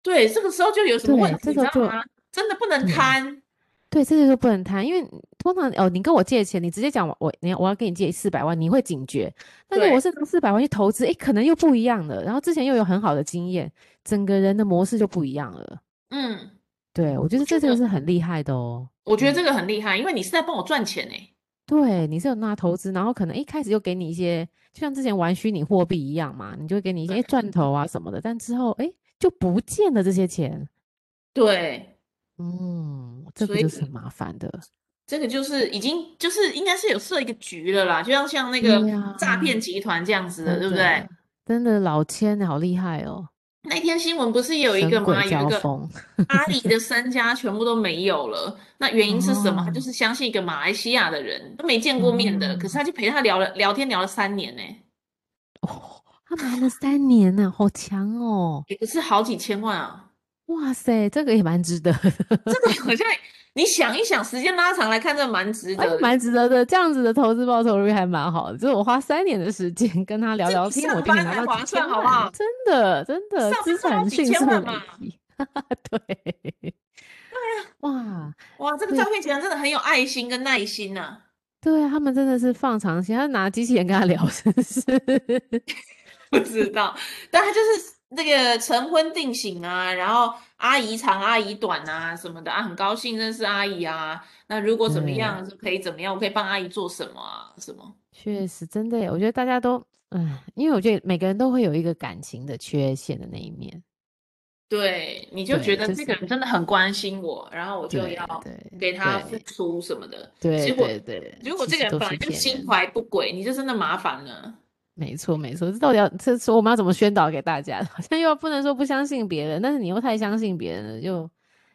Speaker 2: 对，这个时候就有什么问
Speaker 1: 对，
Speaker 2: 题，
Speaker 1: 这
Speaker 2: 你知
Speaker 1: 个
Speaker 2: 道
Speaker 1: 就
Speaker 2: 吗？真的不能
Speaker 1: 对
Speaker 2: 贪。
Speaker 1: 对，这就是不能贪，因为你通常哦，你跟我借钱，你直接讲我我你要我要跟你借四百万，你会警觉。但是我
Speaker 2: 对
Speaker 1: 是拿四百万去投资，诶，可能又不一样了。然后之前又有很好的经验，整个人的模式就不一样了。
Speaker 2: 嗯，
Speaker 1: 对，我觉得
Speaker 2: 我觉
Speaker 1: 这这个
Speaker 2: 得，
Speaker 1: 是很厉害的哦。
Speaker 2: 我觉得这
Speaker 1: 嗯，
Speaker 2: 个很厉害，因为你是在帮我赚钱欸诶。
Speaker 1: 对，你是有拿投资，然后可能一开始就给你一些，就像之前玩虚拟货币一样嘛，你就会给你一些诶赚头啊什么的，但之后诶就不见了这些钱。
Speaker 2: 对，
Speaker 1: 嗯，这
Speaker 2: 所
Speaker 1: 个就是很
Speaker 2: 以
Speaker 1: 麻烦的。
Speaker 2: 这个就是已经就是应该是有设一个局了啦，就像像那个
Speaker 1: 对啊呀、
Speaker 2: 诈骗集团这样子的，
Speaker 1: 真
Speaker 2: 对不对？
Speaker 1: 的，真的老千好厉害哦，
Speaker 2: 那天新闻不是也有一
Speaker 1: 神
Speaker 2: 个
Speaker 1: 鬼
Speaker 2: 吗？有一
Speaker 1: 交
Speaker 2: 个
Speaker 1: 锋
Speaker 2: 阿里的身家全部都没有了，那原因是什么？他就
Speaker 1: 哦
Speaker 2: 是相信一个马来西亚的人，都没见过面的，可
Speaker 1: 啊
Speaker 2: 是他就陪他聊了聊天聊了三年呢、欸
Speaker 1: 哦，他瞒了三年呢、好强哦！
Speaker 2: 也不是好几千万啊。
Speaker 1: 哇塞，这个也蛮值得的，
Speaker 2: 这个好像你想一想，时间拉长来看，这蛮值
Speaker 1: 还
Speaker 2: 得的。
Speaker 1: 哎蛮值得的。这样子的投资报酬率还蛮好的，就是我花三年的时间跟他聊
Speaker 2: 这
Speaker 1: 聊
Speaker 2: 比
Speaker 1: 天，我
Speaker 2: 上
Speaker 1: 就可以
Speaker 2: 班
Speaker 1: 拿
Speaker 2: 还
Speaker 1: 到几
Speaker 2: 划
Speaker 1: 千
Speaker 2: 算好不
Speaker 1: 万
Speaker 2: 好
Speaker 1: 真的真的
Speaker 2: 上
Speaker 1: 资
Speaker 2: 班赚到
Speaker 1: 产
Speaker 2: 几
Speaker 1: 迅
Speaker 2: 千
Speaker 1: 速
Speaker 2: 万啊
Speaker 1: 累
Speaker 2: 嘛
Speaker 1: 积，对，哇，
Speaker 2: 哇，这个
Speaker 1: 对
Speaker 2: 诈骗集团真的很有爱心跟耐心呐、
Speaker 1: 对啊，他们真的是放长线，他拿机器人跟他聊，真是
Speaker 2: 不知道，但他就是那个晨昏定省啊，然后阿姨长阿姨短啊什么的啊，很高兴认识阿姨啊。那如果怎么
Speaker 1: 对。
Speaker 2: 样，就可以怎么样，我可以帮阿姨做什么啊？什么？
Speaker 1: 确实，真的耶，我觉得大家都，嗯，因为我觉得每个人都会有一个感情的缺陷的那一面，
Speaker 2: 对，你就觉
Speaker 1: 对，
Speaker 2: 得
Speaker 1: 就
Speaker 2: 这个
Speaker 1: 是
Speaker 2: 人真的很关心我，然后我就
Speaker 1: 对
Speaker 2: 要
Speaker 1: 对
Speaker 2: 给他付
Speaker 1: 对
Speaker 2: 出什么的。
Speaker 1: 对
Speaker 2: 结果，
Speaker 1: 对对，
Speaker 2: 如果
Speaker 1: 其
Speaker 2: 这
Speaker 1: 实
Speaker 2: 个人
Speaker 1: 都
Speaker 2: 本来
Speaker 1: 是
Speaker 2: 就
Speaker 1: 骗
Speaker 2: 心
Speaker 1: 人的，
Speaker 2: 怀不轨，你就真的麻烦了。
Speaker 1: 没错没错，这到底要这是我们要怎么宣导给大家？ 好像又不能说不相信别人，但是你又太相信别人了，又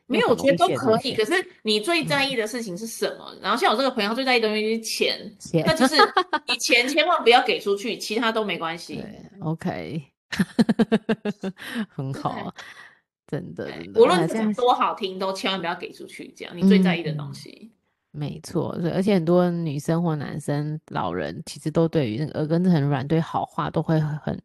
Speaker 2: 没
Speaker 1: 又
Speaker 2: 有，我
Speaker 1: 很
Speaker 2: 觉
Speaker 1: 容
Speaker 2: 得
Speaker 1: 易
Speaker 2: 都
Speaker 1: 陷入
Speaker 2: 可以。
Speaker 1: 骗
Speaker 2: 可是你最在
Speaker 1: 嗯
Speaker 2: 意的事情是什么？然后像我这个朋友最在意的东西就是钱，
Speaker 1: 钱，
Speaker 2: 那就是你钱千万不要给出去，其他都没关系。
Speaker 1: 对，OK，很
Speaker 2: 对
Speaker 1: 好啊，真的
Speaker 2: 对，
Speaker 1: 真的，
Speaker 2: 无论
Speaker 1: 哇，
Speaker 2: 是
Speaker 1: 这
Speaker 2: 讲
Speaker 1: 样，
Speaker 2: 多好听，都千万不要给出去。这样你最在意的东
Speaker 1: 嗯。
Speaker 2: 西，
Speaker 1: 没错，对，而且很多女生或男生、老人其实都对于那个耳根子很软，对好话都会很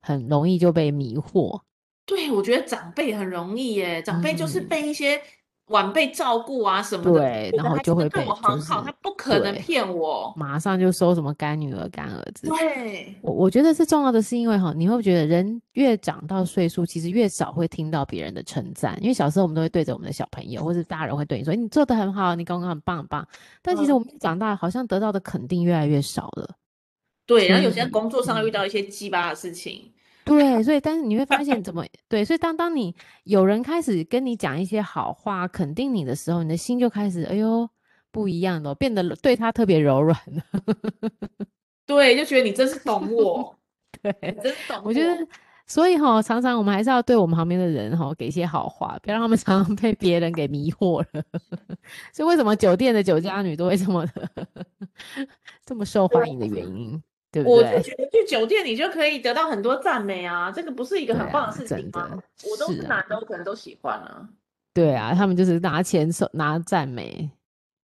Speaker 1: 很容易就被迷惑。
Speaker 2: 对我觉得长辈很容易耶，长辈就是
Speaker 1: 嗯，
Speaker 2: 被一些晚辈照顾啊什么的，
Speaker 1: 对，
Speaker 2: 觉
Speaker 1: 然
Speaker 2: 得
Speaker 1: 后
Speaker 2: 他
Speaker 1: 就
Speaker 2: 真的
Speaker 1: 会
Speaker 2: 对我
Speaker 1: 被就
Speaker 2: 很好，
Speaker 1: 是
Speaker 2: 他不可能
Speaker 1: 对，嗯
Speaker 2: 骗我。
Speaker 1: 马上就收什么干女儿、干儿子。
Speaker 2: 对，
Speaker 1: 我我觉得是重要的，是因为哈，你会觉得人越长到岁数，其实越少会听到别人的称赞，因为小时候我们都会对着我们的小朋友，或是大人会对你说你做的很好，你刚刚很棒很棒。但其实我
Speaker 2: 嗯，
Speaker 1: 们长大，好像得到的肯定越来越少了，
Speaker 2: 对。
Speaker 1: 所
Speaker 2: 然后有些在
Speaker 1: 以
Speaker 2: 工作上遇
Speaker 1: 嗯。
Speaker 2: 到一些鸡巴的事情，
Speaker 1: 对，所以但是你会发现怎么对，所以当当你有人开始跟你讲一些好话，肯定你的时候，你的心就开始哎呦不一样了，变得对他特别柔软了。
Speaker 2: 对，就觉得你真是 懂我，
Speaker 1: 对，
Speaker 2: 你真是懂
Speaker 1: 我觉
Speaker 2: 我。
Speaker 1: 得，所以哈、常常我们还是要对我们旁边的人哈、给一些好话，不要让他们 常常被别人给迷惑了。 所以为什么酒店的酒家女都会这么的 这么受欢迎的原因，对不
Speaker 2: 我就
Speaker 1: 对？
Speaker 2: 觉得去酒店你就可以得到很多赞美啊，这个不是一个
Speaker 1: 对
Speaker 2: 很棒的
Speaker 1: 啊，
Speaker 2: 事情
Speaker 1: 真
Speaker 2: 吗？
Speaker 1: 的
Speaker 2: 我都
Speaker 1: 是
Speaker 2: 是
Speaker 1: 啊，
Speaker 2: 男的，我可能都喜欢啊。
Speaker 1: 对啊，他们就是拿钱手拿赞美。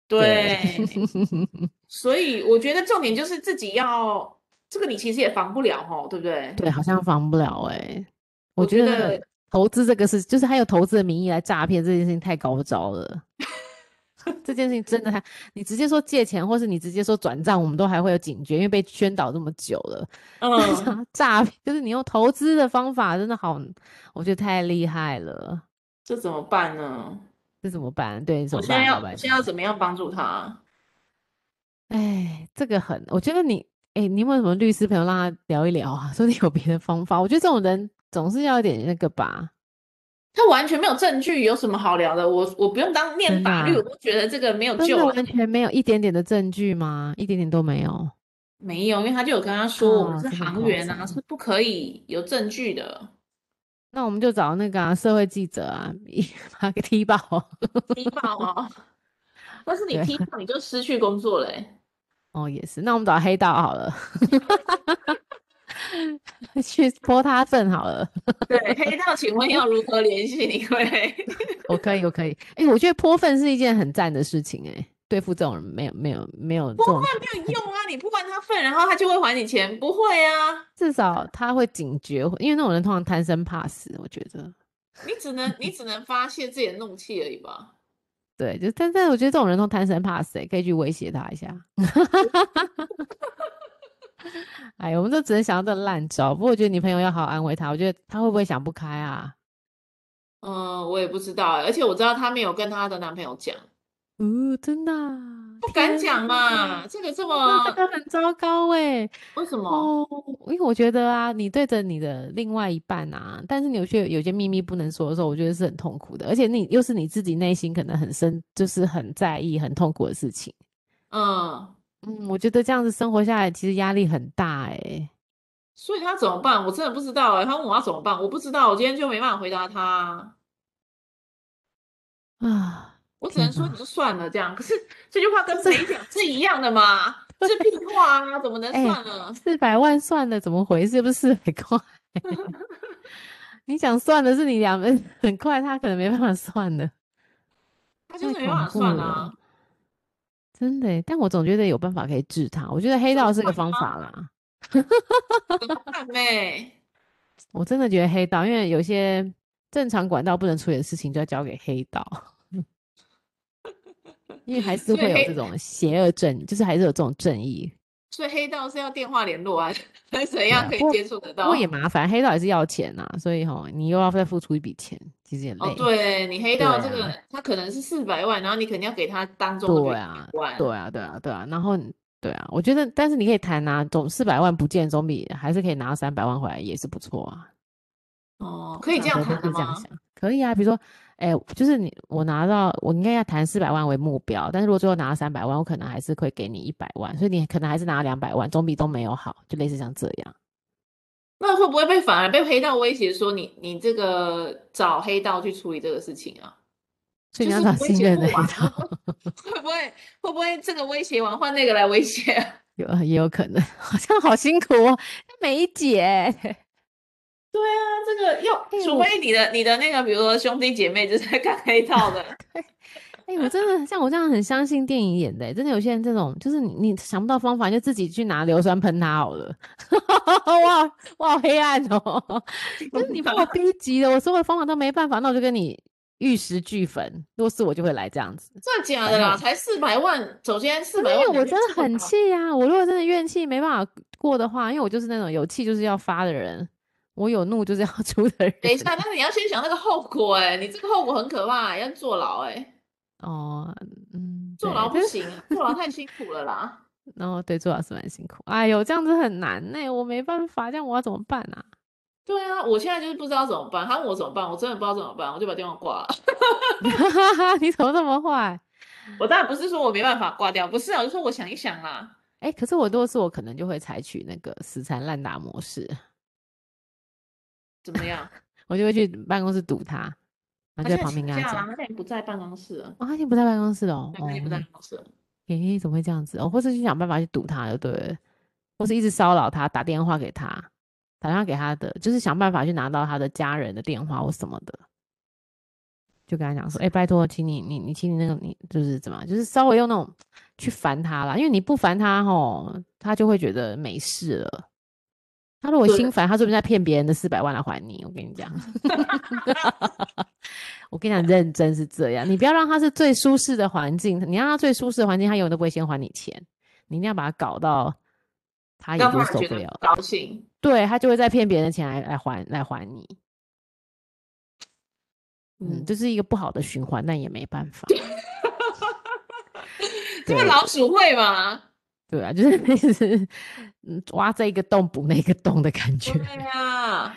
Speaker 1: 对，
Speaker 2: 对， 所以我觉得重点就是自己要，这个你其实也防不了哦，对不对？
Speaker 1: 对，好像防不了哎、我
Speaker 2: 我
Speaker 1: 觉
Speaker 2: 觉
Speaker 1: 得
Speaker 2: 得，
Speaker 1: 投资这个事，就是还有投资的名义来诈骗这件事情太高招了。 这件事情真的还，你直接说借钱，或是你直接说转账，我们都还会有警觉，因为被宣导这么久了。但 是
Speaker 2: 嗯，
Speaker 1: 啊诈骗，就是你用投资的方法，真的好，我觉得太厉害了。
Speaker 2: 这怎么办呢？
Speaker 1: 这怎么办？对，怎
Speaker 2: 我
Speaker 1: 么
Speaker 2: 现在
Speaker 1: 办，
Speaker 2: 要，
Speaker 1: 老
Speaker 2: 我
Speaker 1: 百
Speaker 2: 现在要
Speaker 1: 姓？
Speaker 2: 怎么样帮助他？
Speaker 1: 哎，这个很，我觉得你，哎，你有没有什么律师朋友让他聊一聊啊？ 说你有别的方法？我觉得这种人总是要有点那个吧，
Speaker 2: 他完全没有证据，有什么好聊的？我我不用当念
Speaker 1: 真的
Speaker 2: 法律，我
Speaker 1: 啊。
Speaker 2: 都觉得这个没有
Speaker 1: 真
Speaker 2: 救啊
Speaker 1: 的
Speaker 2: 了。
Speaker 1: 完全没有一点点的证据吗？一点点都没有
Speaker 2: 没有，因为他就有跟他说，我们
Speaker 1: 啊，
Speaker 2: 是
Speaker 1: 这很
Speaker 2: 行
Speaker 1: 夸
Speaker 2: 员啊，
Speaker 1: 张。
Speaker 2: 是不可以有证 据的。
Speaker 1: 那我们就找那个啊，社会记者啊，一 把他给踢爆。
Speaker 2: 踢爆啊！ 但是你
Speaker 1: 对
Speaker 2: 踢
Speaker 1: 啊，
Speaker 2: 爆，你就失去工作了欸。
Speaker 1: 哦也是，那我们找黑道好了， 去泼他粪好了。
Speaker 2: 对，黑道，请问要如何联系你 会？
Speaker 1: 我可以，我可以。哎、我觉得泼粪是一件很赞的事情、哎，对付这种人没有没有没有这
Speaker 2: 泼
Speaker 1: 种
Speaker 2: 粪没有用啊！你不管他粪，然后他就会还你钱，不会啊！
Speaker 1: 至少他会警觉，因为那种人通常贪生怕死，我觉得。
Speaker 2: 你只能你只能发泄自己的怒气而已吧？
Speaker 1: 对，就但但我觉得这种人都贪生怕死、哎可以去威胁他一下。哎，我们都只能想到这烂招。不过我觉得你朋友要好好安慰他，我觉得他会不会想不开啊？
Speaker 2: 嗯，我也不知道欸，而且我知道她没有跟她的男朋友讲，
Speaker 1: 哦，真的啊
Speaker 2: 不敢
Speaker 1: 天
Speaker 2: 讲
Speaker 1: 哪，
Speaker 2: 嘛。这个嗯这
Speaker 1: 那这
Speaker 2: 么，
Speaker 1: 个很糟糕哎。
Speaker 2: 为什么？
Speaker 1: 哦，因为我觉得啊，你对着你的另外一半啊，但是你有些有些秘密不能说的时候，我觉得是很痛苦的，而且你又是你自己内心可能很深，就是很在意、很痛苦的事情。
Speaker 2: 嗯，
Speaker 1: 嗯，我觉得这样子生活下来，其实压力很大哎。
Speaker 2: 所以她怎么办？我真的不知道哎。她问我要怎么办，我不知道，我今天就没办法回答她。
Speaker 1: 啊，
Speaker 2: 我只能
Speaker 1: 天
Speaker 2: 说你就
Speaker 1: 哪，
Speaker 2: 算了这样。可是这句话
Speaker 1: 这
Speaker 2: 跟
Speaker 1: 这。
Speaker 2: 没讲是一样的 嘛？是屁话啊，怎么能
Speaker 1: 哎，
Speaker 2: 算了？
Speaker 1: 四百万算了，怎么回事？不是四百块， 你想算的是你两分很快，他可能没办法算的，
Speaker 2: 他就是
Speaker 1: 太
Speaker 2: 没办法
Speaker 1: 恐
Speaker 2: 算
Speaker 1: 怖
Speaker 2: 啊
Speaker 1: 了。真的耶。欸但我总觉得有办法可以治他，我觉得黑道是个
Speaker 2: 办
Speaker 1: 方法啦。
Speaker 2: 看呗，
Speaker 1: 我真的觉得黑道，因为有些正常管道不能处理的事情，就要交给黑 道，因为还是
Speaker 2: 所以
Speaker 1: 会有
Speaker 2: 黑
Speaker 1: 这种邪恶正，就是还是有这种正义。
Speaker 2: 所以黑道是要电话联络啊，怎样
Speaker 1: 啊
Speaker 2: 可以
Speaker 1: 不过
Speaker 2: 接触得
Speaker 1: 不
Speaker 2: 到
Speaker 1: 过？也麻烦，黑道也是要钱呐、所以哈、你又要再付出一笔钱，其实也累。
Speaker 2: 哦，对你黑道
Speaker 1: 对啊
Speaker 2: 这个，他可能是四百万，然后你肯定要给他当中的
Speaker 1: 对
Speaker 2: 100
Speaker 1: 啊，
Speaker 2: 万，
Speaker 1: 对啊，对啊，对啊。然后你对啊，我觉得，但是你可以谈啊，总四百万不见，总比还是可以拿到三百万回来，也是不错啊。
Speaker 2: 哦，可以这样
Speaker 1: 通常
Speaker 2: 谈
Speaker 1: 人都是
Speaker 2: 的
Speaker 1: 这样
Speaker 2: 吗？
Speaker 1: 想，可以啊。比如说，哎、就是你我拿到，我应该要谈四百万为目标，但是如果最后拿到三百万，我可能还是会给你一百万，所以你可能还是拿两百万，总比都没有好，就类似像这样。
Speaker 2: 那会不会被反而被黑道威胁说你你这个找黑道去处理这个事情啊？
Speaker 1: 所以
Speaker 2: 就
Speaker 1: 你要
Speaker 2: 是
Speaker 1: 找
Speaker 2: 不会
Speaker 1: 信
Speaker 2: 接
Speaker 1: 任的
Speaker 2: 不
Speaker 1: 黑
Speaker 2: 完啊
Speaker 1: 道，
Speaker 2: 会不会会不会这个威胁完换那个来威胁啊？
Speaker 1: 有也有可能， 好像好辛苦哦，梅姐。
Speaker 2: 对啊，这个要
Speaker 1: 哎
Speaker 2: 除
Speaker 1: 我
Speaker 2: 非你的你的那个，比如说兄弟姐妹就是在干黑道的，
Speaker 1: 哎、我真的像我这样很相信电影演的欸、真的有些人这种，就是你你想不到方法，你就自己去拿硫酸喷他好了。 哇哇，好黑暗 哦！就是你把我逼急了，我所有的方法都没办法，那我就跟你玉石俱焚。如果是我，就会来这样子。
Speaker 2: 真的假的
Speaker 1: 反
Speaker 2: 啦？
Speaker 1: 正
Speaker 2: 才四百万，首先四
Speaker 1: 因
Speaker 2: 百万
Speaker 1: 为
Speaker 2: 感
Speaker 1: 我
Speaker 2: 觉
Speaker 1: 真的
Speaker 2: 这么
Speaker 1: 很
Speaker 2: 高
Speaker 1: 气啊！我如果真的怨气没办法过的话，因为我就是那种有气就是要发的人，我有怒就是要 出的人。
Speaker 2: 等一下，但是你要先想那个后果、欸，哎，你这个后果很可怕、要坐牢、欸，哎，
Speaker 1: 哦，嗯，
Speaker 2: 坐
Speaker 1: 对
Speaker 2: 牢
Speaker 1: 但
Speaker 2: 不
Speaker 1: 是
Speaker 2: 行，啊坐牢太辛苦了啦。
Speaker 1: 然后对，做老师蛮辛苦。哎呦，这样子很难呢、我没办法，这样我要怎么办啊？
Speaker 2: 对啊，我现在就是不知道怎么办，他问我怎么办，我真的不知道怎么办，我就把电话挂 了。
Speaker 1: 你怎么这么坏？
Speaker 2: 我当然不是说我没办法挂掉，不是啊，我就说我想一想啦。
Speaker 1: 哎、可是我如果是我，可能就会采取那个死缠烂打模式，
Speaker 2: 怎么样？
Speaker 1: 我就会去办公室堵他，然后
Speaker 2: 他
Speaker 1: 就
Speaker 2: 现
Speaker 1: 在
Speaker 2: 在
Speaker 1: 旁边
Speaker 2: 请
Speaker 1: 跟他
Speaker 2: 假
Speaker 1: 讲
Speaker 2: 啦，他。现在也不在办公室了，
Speaker 1: 哦，他已经不在办公室了哦。
Speaker 2: 对，
Speaker 1: 哦
Speaker 2: 他，也不在办公室了。
Speaker 1: 诶、怎么会这样子？哦，或是去想办法去堵他，就对了，或是一直骚扰他，打电话给他，打电话给他的，就是想办法去拿到他的家人的电话或什么的。就跟他讲说，哎、拜托，请你，你，你，请你那个，你就是怎么样，就是稍微用那种去烦他啦，因为你不烦他吼，他就会觉得没事了。他如果
Speaker 2: 对
Speaker 1: 心烦，他说不定在骗别人的四百万来还你。我跟你讲，我跟你讲，认真是这样，你不要让他是最舒适的环境，你让他最舒适的环境，他永远都不会先还你钱，你一定要把他搞到他也
Speaker 2: 让
Speaker 1: 就
Speaker 2: 他
Speaker 1: 是受
Speaker 2: 觉
Speaker 1: 不
Speaker 2: 得
Speaker 1: 了
Speaker 2: 不，高兴。
Speaker 1: 对他就会再骗别人的钱来来还来还你。嗯，
Speaker 2: 嗯，
Speaker 1: 这是一个不好的循环，但也没办法。
Speaker 2: 这个
Speaker 1: 对
Speaker 2: 老鼠 会嘛？
Speaker 1: 对啊，就是类似嗯挖这一个洞补那个洞的感觉
Speaker 2: 对。啊，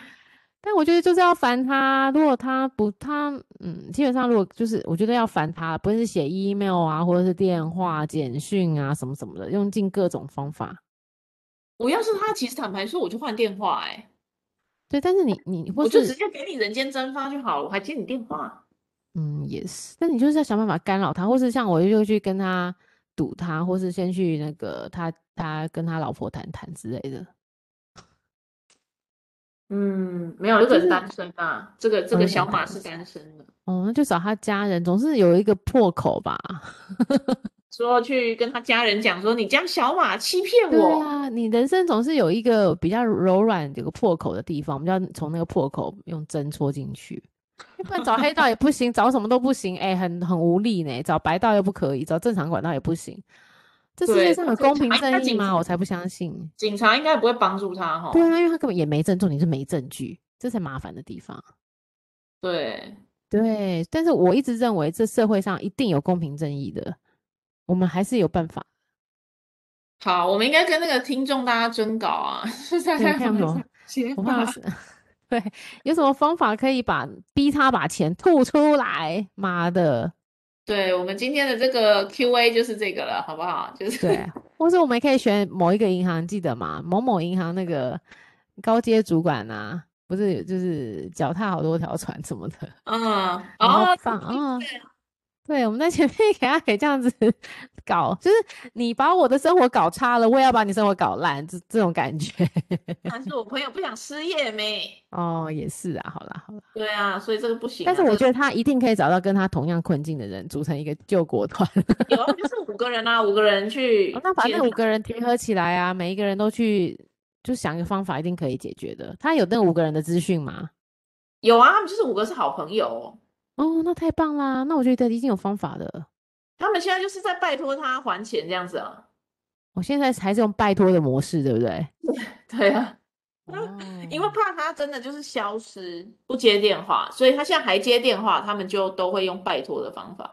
Speaker 1: 但我觉得就是要烦他，如果他不他嗯，基本上如果就是我觉得要烦他，不论是写 email 啊，或者是电话、简讯啊什么什么的，用尽各种方法。
Speaker 2: 我要是他，其实坦白说，我就换电话、欸，哎，
Speaker 1: 对，但是你你
Speaker 2: 哦我
Speaker 1: 或
Speaker 2: 就直
Speaker 1: 是
Speaker 2: 接给你人间蒸发就好了，我还接你电话。
Speaker 1: 嗯也是，但你就是要想办法干扰他，或是像我就去跟他堵他，或是先去那个他他跟他老婆谈谈之类的。
Speaker 2: 嗯，没有，这个
Speaker 1: 就是
Speaker 2: 人单身啊，这个这
Speaker 1: 哦这
Speaker 2: 个
Speaker 1: 个
Speaker 2: 小
Speaker 1: 人
Speaker 2: 马
Speaker 1: 单
Speaker 2: 是
Speaker 1: 身
Speaker 2: 单身的，
Speaker 1: 哦，那就找他家人，总是有一个破口吧。
Speaker 2: 说去跟他家人讲说你将小马欺骗
Speaker 1: 对
Speaker 2: 我，
Speaker 1: 啊，你人生总是有一个比较柔软、有个破口的地方，我们就要从那个破口用针戳进去。要不然找黑道也不行，找什么都不行，哎、很很无力呢。找白道又不可以，找正常管道也不行。这世
Speaker 2: 对
Speaker 1: 界上
Speaker 2: 他
Speaker 1: 有
Speaker 2: 正
Speaker 1: 公平
Speaker 2: 常应该
Speaker 1: 正义
Speaker 2: 警
Speaker 1: 吗？
Speaker 2: 察
Speaker 1: 我才不相信。
Speaker 2: 警察应该不会帮助他哈。
Speaker 1: 对啊，因为他根本也没证，重点是没证据，这才麻烦的地方。啊
Speaker 2: 对，
Speaker 1: 对，但是我一直认为这社会上一定有公平正义的，我们还是有办法。
Speaker 2: 好，我们应该跟那个听众大家征稿啊， 就是大
Speaker 1: 对
Speaker 2: 家
Speaker 1: 看
Speaker 2: 有没
Speaker 1: 有
Speaker 2: 有
Speaker 1: 什
Speaker 2: 什么解
Speaker 1: 哦我怕
Speaker 2: 法？
Speaker 1: 是， 对，有什么方法可以把逼他把钱吐出来？妈的，
Speaker 2: 对，我们今天的这个 Q&A 就是这个了，好不好？就是
Speaker 1: 对，啊或者我们也可以选某一个银行，记得吗？某某银行那个高阶主管啊，不是就是脚踏好多条船什么的，
Speaker 2: 嗯，
Speaker 1: 然后
Speaker 2: 哦，
Speaker 1: 放啊，对，我们在前面给他给这样子搞，就是你把我的生活搞差了，我也要把你生活搞烂，这这种感觉。
Speaker 2: 但是我朋友不想失业没？
Speaker 1: 哦，也是啊，好啦好啦，
Speaker 2: 对啊，所以这个不行啊、
Speaker 1: 但是我觉得
Speaker 2: 得
Speaker 1: 他一定可以找到跟他同样困境的人，组成一个救国团。
Speaker 2: 有啊，就是五个人啊，五个人去
Speaker 1: 哦那把
Speaker 2: 接
Speaker 1: 那五个人结合起来啊，每一个人都去就想一个方法，一定可以解决的。他有那五个人的资讯吗？
Speaker 2: 有啊，他们就是五个是好朋友哦、
Speaker 1: 哦，那太棒啦！那我觉得一定有方法的。
Speaker 2: 他们现在就是在拜托他还钱这样子啊。
Speaker 1: 我现在还是用拜托的模式，对不对？
Speaker 2: 对啊，因为
Speaker 1: 哦
Speaker 2: 怕他真的就是消失不接电话，所以他现在还接电话，他们就都会用拜托的方法。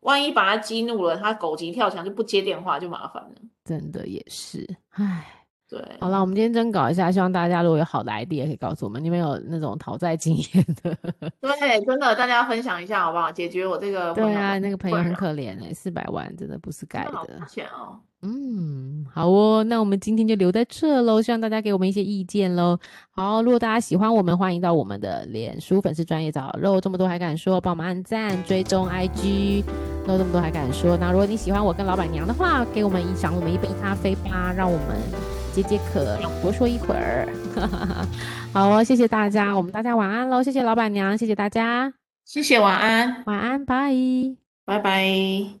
Speaker 2: 万一把他激怒了，他狗急跳墙就不接电话就麻烦了。
Speaker 1: 真的也是，唉。
Speaker 2: 对，
Speaker 1: 好了，我们今天征稿一下，希望大家如果有好的 idea 可以告诉我们，你们有那种讨债经验的？
Speaker 2: 对，真的大家分享一下好不好？解决我这个
Speaker 1: 对啊，那个朋友很
Speaker 2: 可
Speaker 1: 可怜哎、欸，四百万真的不是盖
Speaker 2: 爱好
Speaker 1: 的
Speaker 2: 花。钱哦。
Speaker 1: 嗯，好哦，那我们今天就留在这喽，希望大家给我们一些意见喽。好，如果大家喜欢我们，欢迎到我们的脸书粉丝专业找肉这么多还敢说，帮我们按赞、追踪 IG，肉这么多还敢说。那如果你喜欢我跟老板娘的话，给我们一赏我们一杯咖啡吧，让我们解解渴，让我多说一会儿。 好哦，谢谢大家，我们大家晚安喽，谢谢老板娘，谢谢大家，
Speaker 2: 谢谢，晚安，
Speaker 1: 晚安，拜。
Speaker 2: 拜拜。